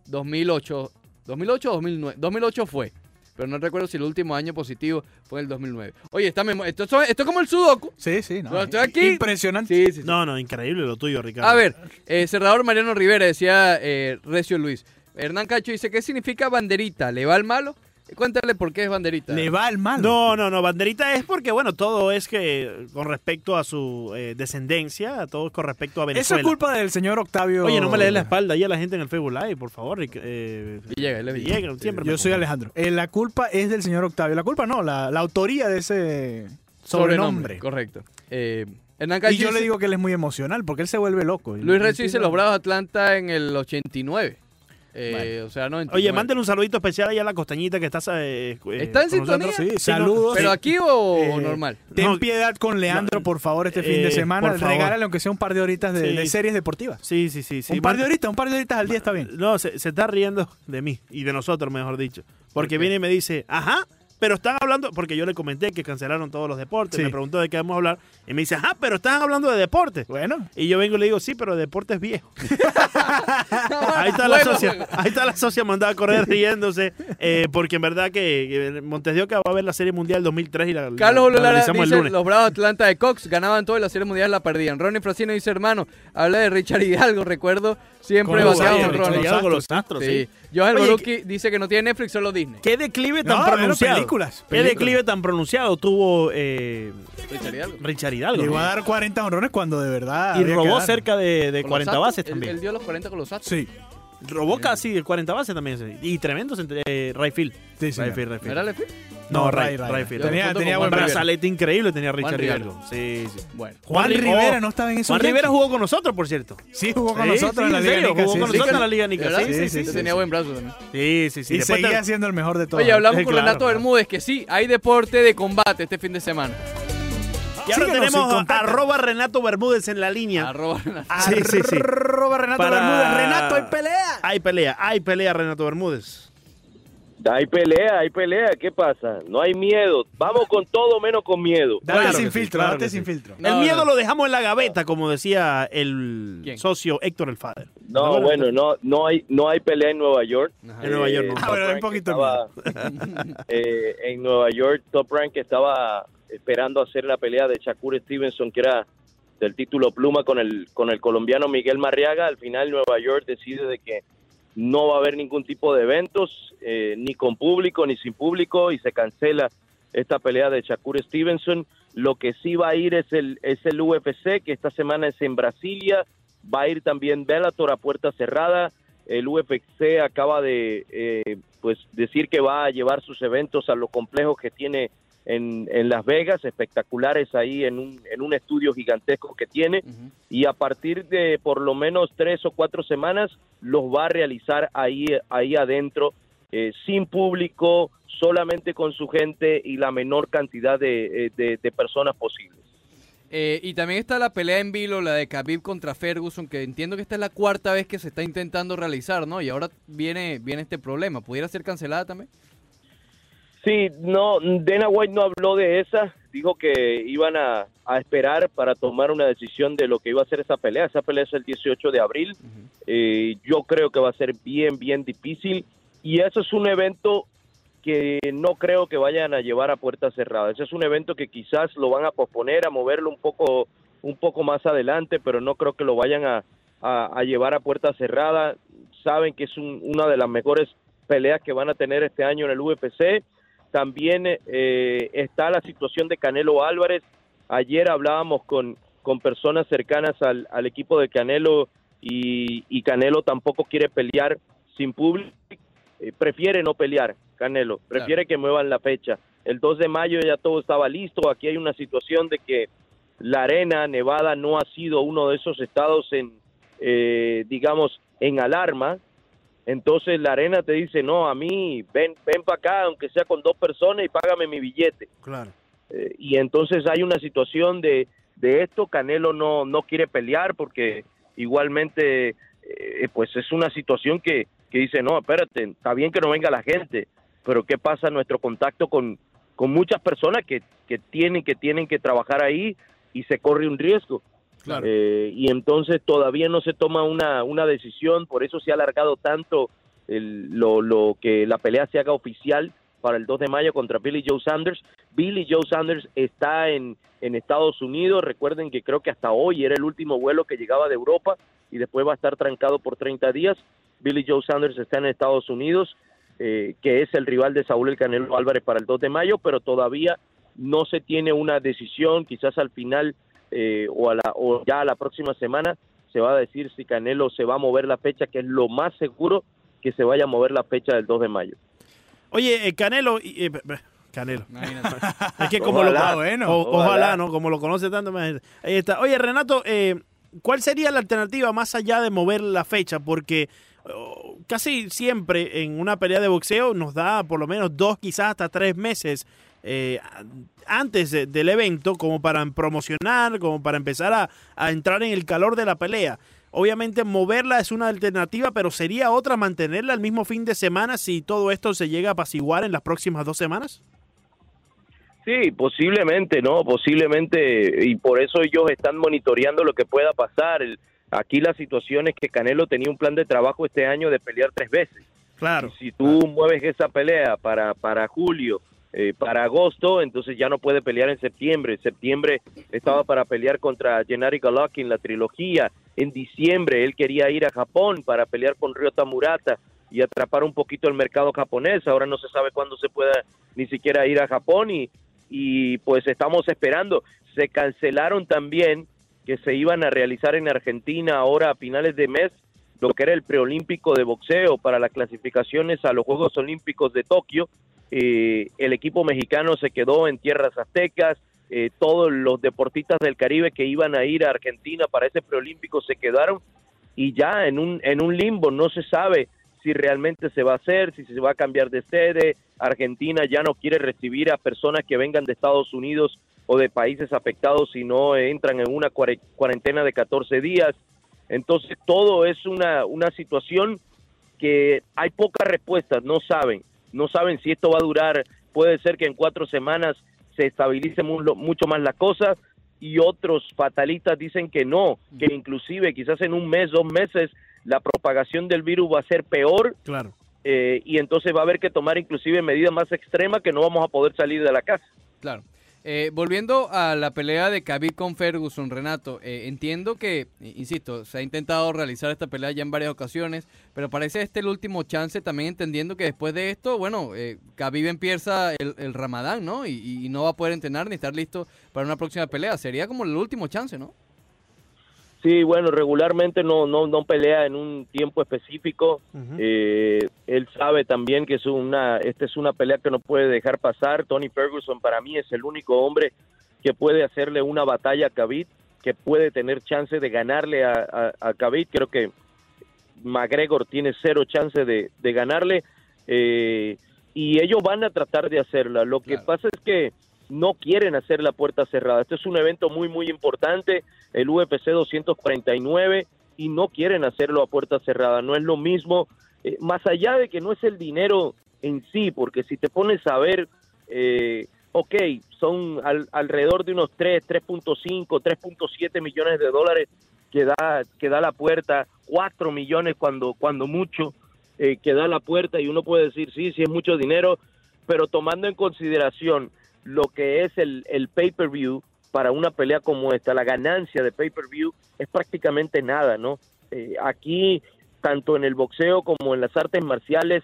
B: 2008. 2008 o 2009. 2008 fue. Pero no recuerdo si el último año positivo fue el 2009. Oye, esta memo- esto, esto- esto es como el Sudoku.
E: Sí, sí, no. eh,
B: Pero estoy aquí.
E: Impresionante.
B: Sí, sí, sí.
A: No, no, increíble lo tuyo, Ricardo.
B: A ver, eh, cerrador Mariano Rivera decía eh, Recio Luis. Hernán Cacho dice: ¿Qué significa banderita? ¿Le va al malo? Cuéntale por qué es banderita.
E: Le va al mal.
A: No, no, no, banderita es porque, bueno, todo es que con respecto a su eh, descendencia, todo con respecto a
E: Eso
A: Venezuela.
E: es culpa del señor Octavio.
A: Oye, no me le des la espalda ahí a la gente en el Facebook Live, por favor. Ric- eh,
B: Villegas, él es Villegas.
A: Villegas, siempre me
E: Yo soy
A: confundo.
E: Alejandro. Eh, la culpa es del señor Octavio. La culpa no, la, la autoría de ese sobrenombre.
B: Correcto. Eh, Hernán Cacho
E: Y yo
B: dice-
E: le digo que él es muy emocional porque él se vuelve loco.
B: Luis Recio dice los Bravos de Atlanta en el 89. Eh, O sea, 99.
A: Oye, mándale un saludito especial ahí a la costañita que está. eh, eh,
B: ¿Está en
A: con nosotros.
B: sintonía?
A: Sí,
E: Saludos.
B: ¿Pero
A: sí.
B: aquí o,
E: Eh,
B: o normal?
E: Ten
A: No,
E: piedad con Leandro, por favor, este fin
A: eh,
E: de semana.
A: por favor.
E: Regálale aunque sea un par de horitas de,
A: Sí.
E: de series deportivas.
A: Sí, sí, sí. sí.
E: un par de
A: Bueno,
E: horitas, un par de horitas al día está bien.
A: No, se, se está riendo de mí y de nosotros, mejor dicho. Porque
B: qué?
A: viene y me dice, ajá, pero están hablando, porque yo le comenté que cancelaron todos los deportes,
E: Sí.
A: me preguntó de qué vamos a hablar, y me dice, ajá, pero están hablando de deportes.
E: Bueno,
A: Y yo vengo y le digo, sí, pero deportes viejos. Ahí está la
B: Bueno,
A: socia, ahí está la socia mandada a correr riéndose, eh, porque en verdad que eh, Montes de Oca va a ver la Serie Mundial 2003 y la,
B: Carlos
A: la, la
B: Ololara
A: realizamos eh, el
B: dice
A: lunes.
B: los Bravos de Atlanta de Cox ganaban todas las series mundiales la perdían. Ronnie Fracino dice hermano, habla de Richard Hidalgo, recuerdo siempre
E: Con los
B: bateado
E: Astros,
B: con
E: Richard
B: Ronnie.
E: Hidalgo.
A: con los astros, sí.
B: Sí. Johan
A: Oye,
B: Boruki dice que no tiene Netflix, solo Disney.
A: ¿Qué declive tan
E: No, bueno,
A: pronunciado?
E: películas,
A: ¿Qué
E: películas.
A: declive tan pronunciado tuvo eh,
B: Richard Hidalgo.
A: Richard Hidalgo?
E: llegó a dar 40 honrones cuando de verdad.
A: Y
E: había que
A: robó
E: dar.
A: cerca de, de
B: Con los
A: 40
B: Astros,
A: bases
B: él-
A: también.
B: Él, dio los 40 con los Astros.
E: Sí,
A: robó casi de 40 bases también. ese. Y tremendo eh, Rayfield.
E: sí, sí.
A: Rayfield,
B: ¿No era
A: Rayfield.
B: Lefty?
A: No,
E: No,
A: Ray,
E: Ray, Ray.
A: Rayfield.
B: Yo me
E: Tenía,
B: confundo
E: tenía
B: con
E: buen
A: Un
B: Juan
E: brazalete.
A: brazalete increíble tenía Richard
B: Hidalgo.
A: Hidalgo. Sí, sí.
B: Bueno.
E: Juan
A: Ri-
E: Rivera
A: oh,
E: no estaba en eso.
A: Juan Rivera jugó con nosotros, por cierto.
E: Sí, jugó con
A: Sí,
E: nosotros
A: sí,
E: en la
A: en
E: Liga
A: serio,
E: Nica,
A: jugó
E: sí,
A: con
E: sí.
A: nosotros en la Liga Nica.
B: ¿Verdad?
A: Sí, sí, sí.
B: Yo
A: sí,
B: tenía
A: sí.
B: buen brazo también.
A: Sí, sí, sí.
E: Y
A: Después te-
E: seguía siendo el mejor de todos.
B: Oye, hablamos
A: Sí,
B: con
A: claro,
B: Renato
A: claro.
B: Bermúdez que sí, hay deporte de combate este fin de semana.
A: Y ahora
E: Síguenos, sí,
A: tenemos a-
E: contacta.
A: arroba Renato Bermúdez en la línea.
B: Arroba Renato.
A: Sí, sí, sí.
E: Arroba Renato
A: Para-
E: Bermúdez. Renato, hay pelea.
A: Hay pelea, hay pelea, Renato Bermúdez.
F: Hay pelea, hay pelea, ¿qué pasa? No hay miedo, vamos con todo menos con miedo.
E: Date
A: Claro que
E: sin
A: sí,
E: filtro,
A: claro
E: date
A: que
E: sin
A: sí.
E: filtro.
B: No,
A: el miedo
B: no.
A: lo dejamos en la gaveta, como decía el
B: ¿Quién?
A: socio Héctor el Fader.
F: No, bueno, no, no hay, no hay pelea en Nueva York. Eh,
B: Ajá.
A: En Nueva York no.
F: Top
E: Ah, bueno, hay
F: Rank
E: poquito
F: estaba- eh, en Nueva York, Top Rank estaba esperando hacer la pelea de Shakur Stevenson, que era del título pluma con el, con el colombiano Miguel Marriaga. Al final Nueva York decide de que no va a haber ningún tipo de eventos, eh, ni con público, ni sin público, y se cancela esta pelea de Shakur Stevenson. Lo que sí va a ir es el, es el UFC, que esta semana es en Brasilia. Va a ir también Bellator a puerta cerrada. El UFC acaba de eh, pues decir que va a llevar sus eventos a los complejos que tiene en, en Las Vegas, espectaculares ahí en un, en un estudio gigantesco que tiene
B: Ujú.
F: y a partir de por lo menos tres o cuatro semanas los va a realizar ahí, ahí adentro, eh, sin público, solamente con su gente y la menor cantidad de, eh, de- de personas posibles.
B: Eh, y también está la pelea en vilo, la de Khabib contra Ferguson, que entiendo que esta es la cuarta vez que se está intentando realizar, ¿no? Y ahora viene, viene este problema. ¿Pudiera ser cancelada también?
F: Sí, no, Dana White no habló de esa, dijo que iban a, a esperar para tomar una decisión de lo que iba a ser esa pelea. Esa pelea es el 18 de abril, Eh, yo creo que va a ser bien, bien difícil. Y eso es un evento que no creo que vayan a llevar a puerta cerrada. Ese es un evento que quizás lo van a posponer, a moverlo un poco, un poco más adelante, pero no creo que lo vayan a, a- a llevar a puerta cerrada. Saben que es un- una de las mejores peleas que van a tener este año en el UFC. También eh, está la situación de Canelo Álvarez. Ayer hablábamos con, con personas cercanas al, al equipo de Canelo y, y Canelo tampoco quiere pelear sin público, eh, prefiere no pelear, Canelo, prefiere que muevan la fecha. El 2 de mayo ya todo estaba listo, aquí hay una situación de que la arena Nevada no ha sido uno de esos estados en, eh, digamos, en alarma, entonces la arena te dice, no, a mí, ven, ven para acá, aunque sea con dos personas y págame mi billete.
A: Claro.
F: Eh, y entonces hay una situación de, de esto, Canelo no, no quiere pelear porque igualmente eh, pues es una situación que, que dice, no, espérate, está bien que no venga la gente, pero ¿qué pasa nuestro contacto con, con muchas personas que, que tienen, que tienen que trabajar ahí y se corre un riesgo?
A: Claro.
F: Eh, y entonces todavía no se toma una, una decisión, por eso se ha alargado tanto el- lo, lo que la pelea se haga oficial para el 2 de mayo contra Billy Joe Sanders. Billy Joe Sanders está en, en Estados Unidos, recuerden que creo que hasta hoy era el último vuelo que llegaba de Europa y después va a estar trancado por 30 días. Billy Joe Sanders está en Estados Unidos, eh, que es el rival de Saúl El Canelo Álvarez para el 2 de mayo, pero todavía no se tiene una decisión, quizás al final eh, o, a la, o ya la próxima semana se va a decir si Canelo se va a mover la fecha, que es lo más seguro que se vaya a mover la fecha del 2 de mayo.
A: Oye, eh, Canelo, y- eh, b- b- Canelo.
B: Imagínate.
A: Es que como
F: Ojalá,
A: lo
E: bueno,
A: o- ojalá,
F: ojalá.
A: ¿no? Como lo conoce tanto imagínate. Ahí está. Oye, Renato, eh, ¿cuál sería la alternativa más allá de mover la fecha? Porque oh, casi siempre en una pelea de boxeo nos da por lo menos dos, quizás hasta tres meses eh, an- antes de- del evento, como para promocionar, como para empezar a, a entrar en el calor de la pelea. Obviamente moverla es una alternativa, pero ¿sería otra mantenerla al mismo fin de semana si todo esto se llega a apaciguar en las próximas dos semanas?
F: Sí, posiblemente, ¿no? Posiblemente, y por eso ellos están monitoreando lo que pueda pasar. El- aquí la situación es que Canelo tenía un plan de trabajo este año de pelear tres veces.
A: Claro.
F: Si tú mueves esa pelea para, para julio, eh, para agosto, entonces ya no puede pelear en septiembre. En septiembre estaba para pelear contra Gennady Golovkin, la trilogía. En diciembre él quería ir a Japón para pelear con Ryota Murata y atrapar un poquito el mercado japonés. Ahora no se sabe cuándo se pueda ni siquiera ir a Japón y, y pues estamos esperando. Se cancelaron también que se iban a realizar en Argentina ahora a finales de mes lo que era el preolímpico de boxeo para las clasificaciones a los Juegos Olímpicos de Tokio. Eh, el equipo mexicano se quedó en tierras aztecas, eh, todos los deportistas del Caribe que iban a ir a Argentina para ese preolímpico se quedaron y ya en un, en un limbo, no se sabe si realmente se va a hacer, si se va a cambiar de sede, Argentina ya no quiere recibir a personas que vengan de Estados Unidos o de países afectados si no eh, entran en una cuare- cuarentena de 14 días. Entonces todo es una, una situación que hay pocas respuestas, no saben, no saben si esto va a durar, puede ser que en cuatro semanas se estabilice mu- lo- mucho más la cosa y otros fatalistas dicen que no, que inclusive quizás en un mes, dos meses, la propagación del virus va a ser peor
A: Claro.
F: eh, y entonces va a haber que tomar inclusive medidas más extremas que no vamos a poder salir de la casa.
B: Claro. Eh, volviendo a la pelea de Khabib con Ferguson, Renato, eh, entiendo que, eh, insisto, se ha intentado realizar esta pelea ya en varias ocasiones, pero parece este el último chance también entendiendo que después de esto, bueno, eh, Khabib empieza el, el ramadán, ¿no? Y, y- y no va a poder entrenar ni estar listo para una próxima pelea. Sería como el último chance, ¿no?
F: Sí, bueno, regularmente no, no, no pelea en un tiempo específico.
A: Ujú.
F: Eh, él sabe también que es una, esta es una pelea que no puede dejar pasar. Tony Ferguson para mí es el único hombre que puede hacerle una batalla a Khabib, que puede tener chance de ganarle a, a, a Khabib. Creo que McGregor tiene cero chance de, de ganarle. eh, y ellos van a tratar de hacerla. Lo que
B: Claro.
F: pasa es que no quieren hacer la puerta cerrada. Este es un evento muy, muy importante, el UFC 249, y no quieren hacerlo a puerta cerrada. No es lo mismo, eh, más allá de que no es el dinero en sí, porque si te pones a ver, eh, ok, son al- alrededor de unos 3, 3.5, 3.7 millones de dólares que da, que da la puerta, 4 millones cuando, cuando mucho eh, que da la puerta y uno puede decir, sí, sí es mucho dinero, pero tomando en consideración lo que es el, el pay-per-view para una pelea como esta, la ganancia de pay-per-view es prácticamente nada, ¿no? Eh, aquí, tanto en el boxeo como en las artes marciales,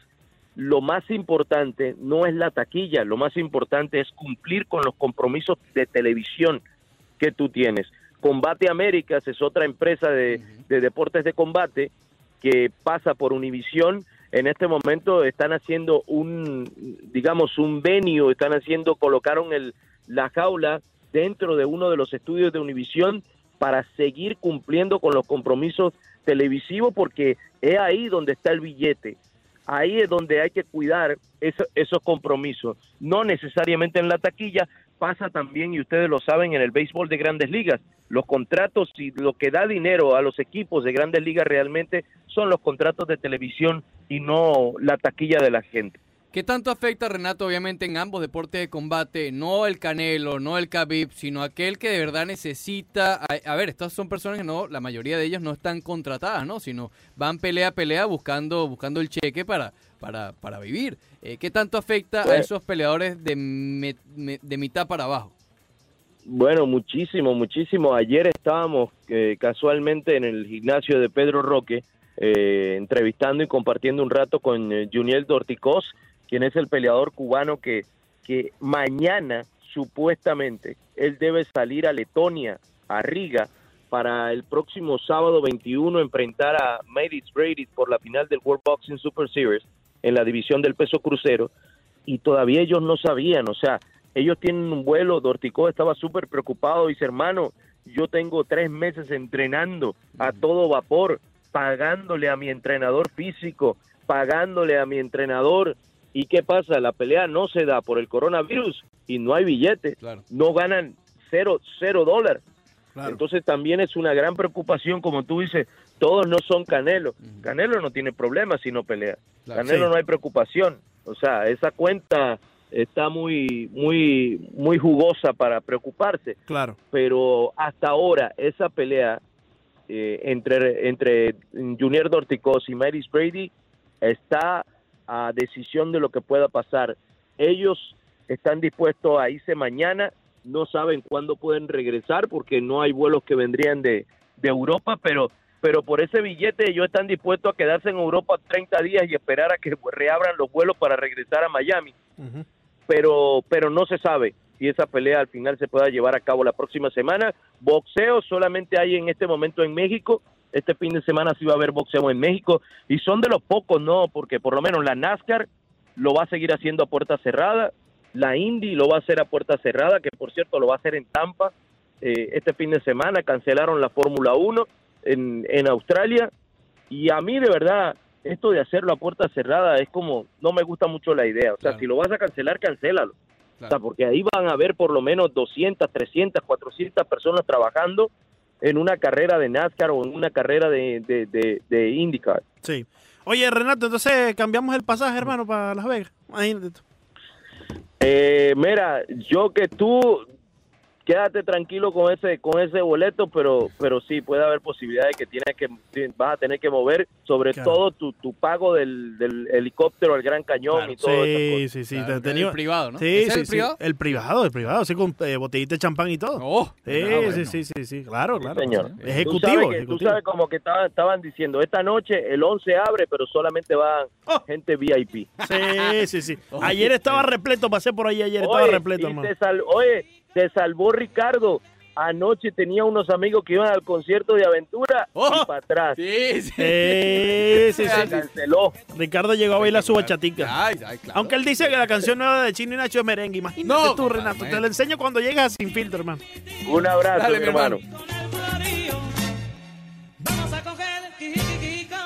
F: lo más importante no es la taquilla, lo más importante es cumplir con los compromisos de televisión que tú tienes. Combate Américas es otra empresa de, de deportes de combate que pasa por Univisión. En este momento están haciendo un, digamos, un venio, están haciendo, colocaron el, la jaula dentro de uno de los estudios de Univisión para seguir cumpliendo con los compromisos televisivos porque es ahí donde está el billete. Ahí es donde hay que cuidar eso- esos compromisos. No necesariamente en la taquilla, pasa también, y ustedes lo saben, en el béisbol de grandes ligas. Los contratos y lo que da dinero a los equipos de grandes ligas realmente son los contratos de televisión y no la taquilla de la gente.
B: ¿Qué tanto afecta, Renato, obviamente, en ambos deportes de combate? No el Canelo, no el Khabib, sino aquel que de verdad necesita... A, a ver, estas son personas que no, la mayoría de ellas no están contratadas, ¿no? Sino van pelea a pelea buscando, buscando el cheque para, para, para vivir. Eh, ¿Qué tanto afecta a
F: Bueno.
B: esos peleadores de, me- me- de mitad para abajo?
F: Bueno, muchísimo, muchísimo. Ayer estábamos eh, casualmente en el gimnasio de Pedro Roque eh, entrevistando y compartiendo un rato con eh, Juniel Dorticós, quien es el peleador cubano que, que mañana supuestamente él debe salir a Letonia, a Riga, para el próximo sábado 21 enfrentar a Meredith Brady por la final del World Boxing Super Series en la división del peso crucero y todavía ellos no sabían, o sea, ellos tienen un vuelo, Dorticó estaba súper preocupado, dice hermano, yo tengo tres meses entrenando a todo vapor, pagándole a mi entrenador físico, pagándole a mi entrenador, y ¿qué pasa? La pelea no se da por el coronavirus y no hay billetes,
B: Claro.
F: no ganan cero, cero dólares. Entonces también es una gran preocupación, como tú dices, todos no son Canelo. Canelo no tiene problemas si no pelea.
B: Claro,
F: Canelo
E: sí.
F: no hay preocupación. O sea, esa cuenta está muy, muy, muy jugosa para preocuparse.
A: Claro.
F: Pero hasta ahora esa pelea eh, entre, entre Junior Dorticos y Maris Brady está a decisión de lo que pueda pasar. Ellos están dispuestos a irse mañana, no saben cuándo pueden regresar porque no hay vuelos que vendrían de, de Europa, pero, pero por ese billete ellos están dispuestos a quedarse en Europa 30 días y esperar a que reabran los vuelos para regresar a Miami.
A: Ujú.
F: Pero, pero no se sabe si esa pelea al final se pueda llevar a cabo la próxima semana. Boxeo solamente hay en este momento en México. Este fin de semana sí va a haber boxeo en México y son de los pocos, no, porque por lo menos la NASCAR lo va a seguir haciendo a puerta cerrada, la Indy lo va a hacer a puerta cerrada, que por cierto lo va a hacer en Tampa eh, este fin de semana, cancelaron la Fórmula 1 en, en Australia y a mí de verdad esto de hacerlo a puerta cerrada es como, no me gusta mucho la idea, o sea,
B: Claro.
F: si lo vas a cancelar, cancélalo. O sea,
B: Claro.
F: porque ahí van a haber por lo menos 200, 300, 400 personas trabajando en una carrera de NASCAR o en una carrera de, de, de, de IndyCar.
A: Sí. Oye, Renato, entonces cambiamos el pasaje, hermano, para Las Vegas. Imagínate tú.
F: Eh, mira, yo que tú quédate tranquilo con ese con ese boleto, pero pero sí puede haber posibilidad de que tienes que sí, vas a tener que mover sobre
A: Claro.
F: todo tu, tu pago del, del helicóptero al Gran Cañón y todo
A: Sí, sí, sí.
B: Claro,
A: te-
B: el
A: tenía-
B: privado, ¿no?
A: Sí,
B: ¿Ese es
A: sí,
B: el
A: sí.
B: privado?
A: El privado, el privado, sí, con eh, botellita de champán y todo.
B: ¡Oh!
A: Sí,
E: Ah,
A: sí,
E: bueno.
A: sí, sí, sí, claro, claro.
F: señor.
A: Ejecutivo,
F: tú sabes, que- tú
A: ejecutivo.
F: sabes como que estaban, estaban diciendo, esta noche el 11 abre, pero solamente va
A: Oh.
F: gente VIP.
A: Sí, sí, sí. Ayer
B: eh.
A: estaba repleto, pasé por ahí ayer, estaba
F: Oye,
A: repleto,
F: y
A: hermano.
F: te sal- oye, te salvó Ricardo. Anoche tenía unos amigos que iban al concierto de aventura
B: Oh.
F: y para atrás.
B: Sí, sí.
A: Eh, Sí, sí,
F: Se
A: sí.
F: canceló.
A: Ricardo llegó a bailar su bachatica.
B: Ay, ay, claro.
A: Aunque él dice que la canción nueva de Chino y Nacho es merengue. Imagínate
B: No,
A: tú,
B: compadre,
A: Renato. Te
B: imagínate.
A: la enseño cuando llegas sin filtro, hermano.
F: Un abrazo,
B: Dale,
F: mi
B: mi hermano.
F: hermano.
C: Con el florío. Vamos a coger el quijiji, quijico.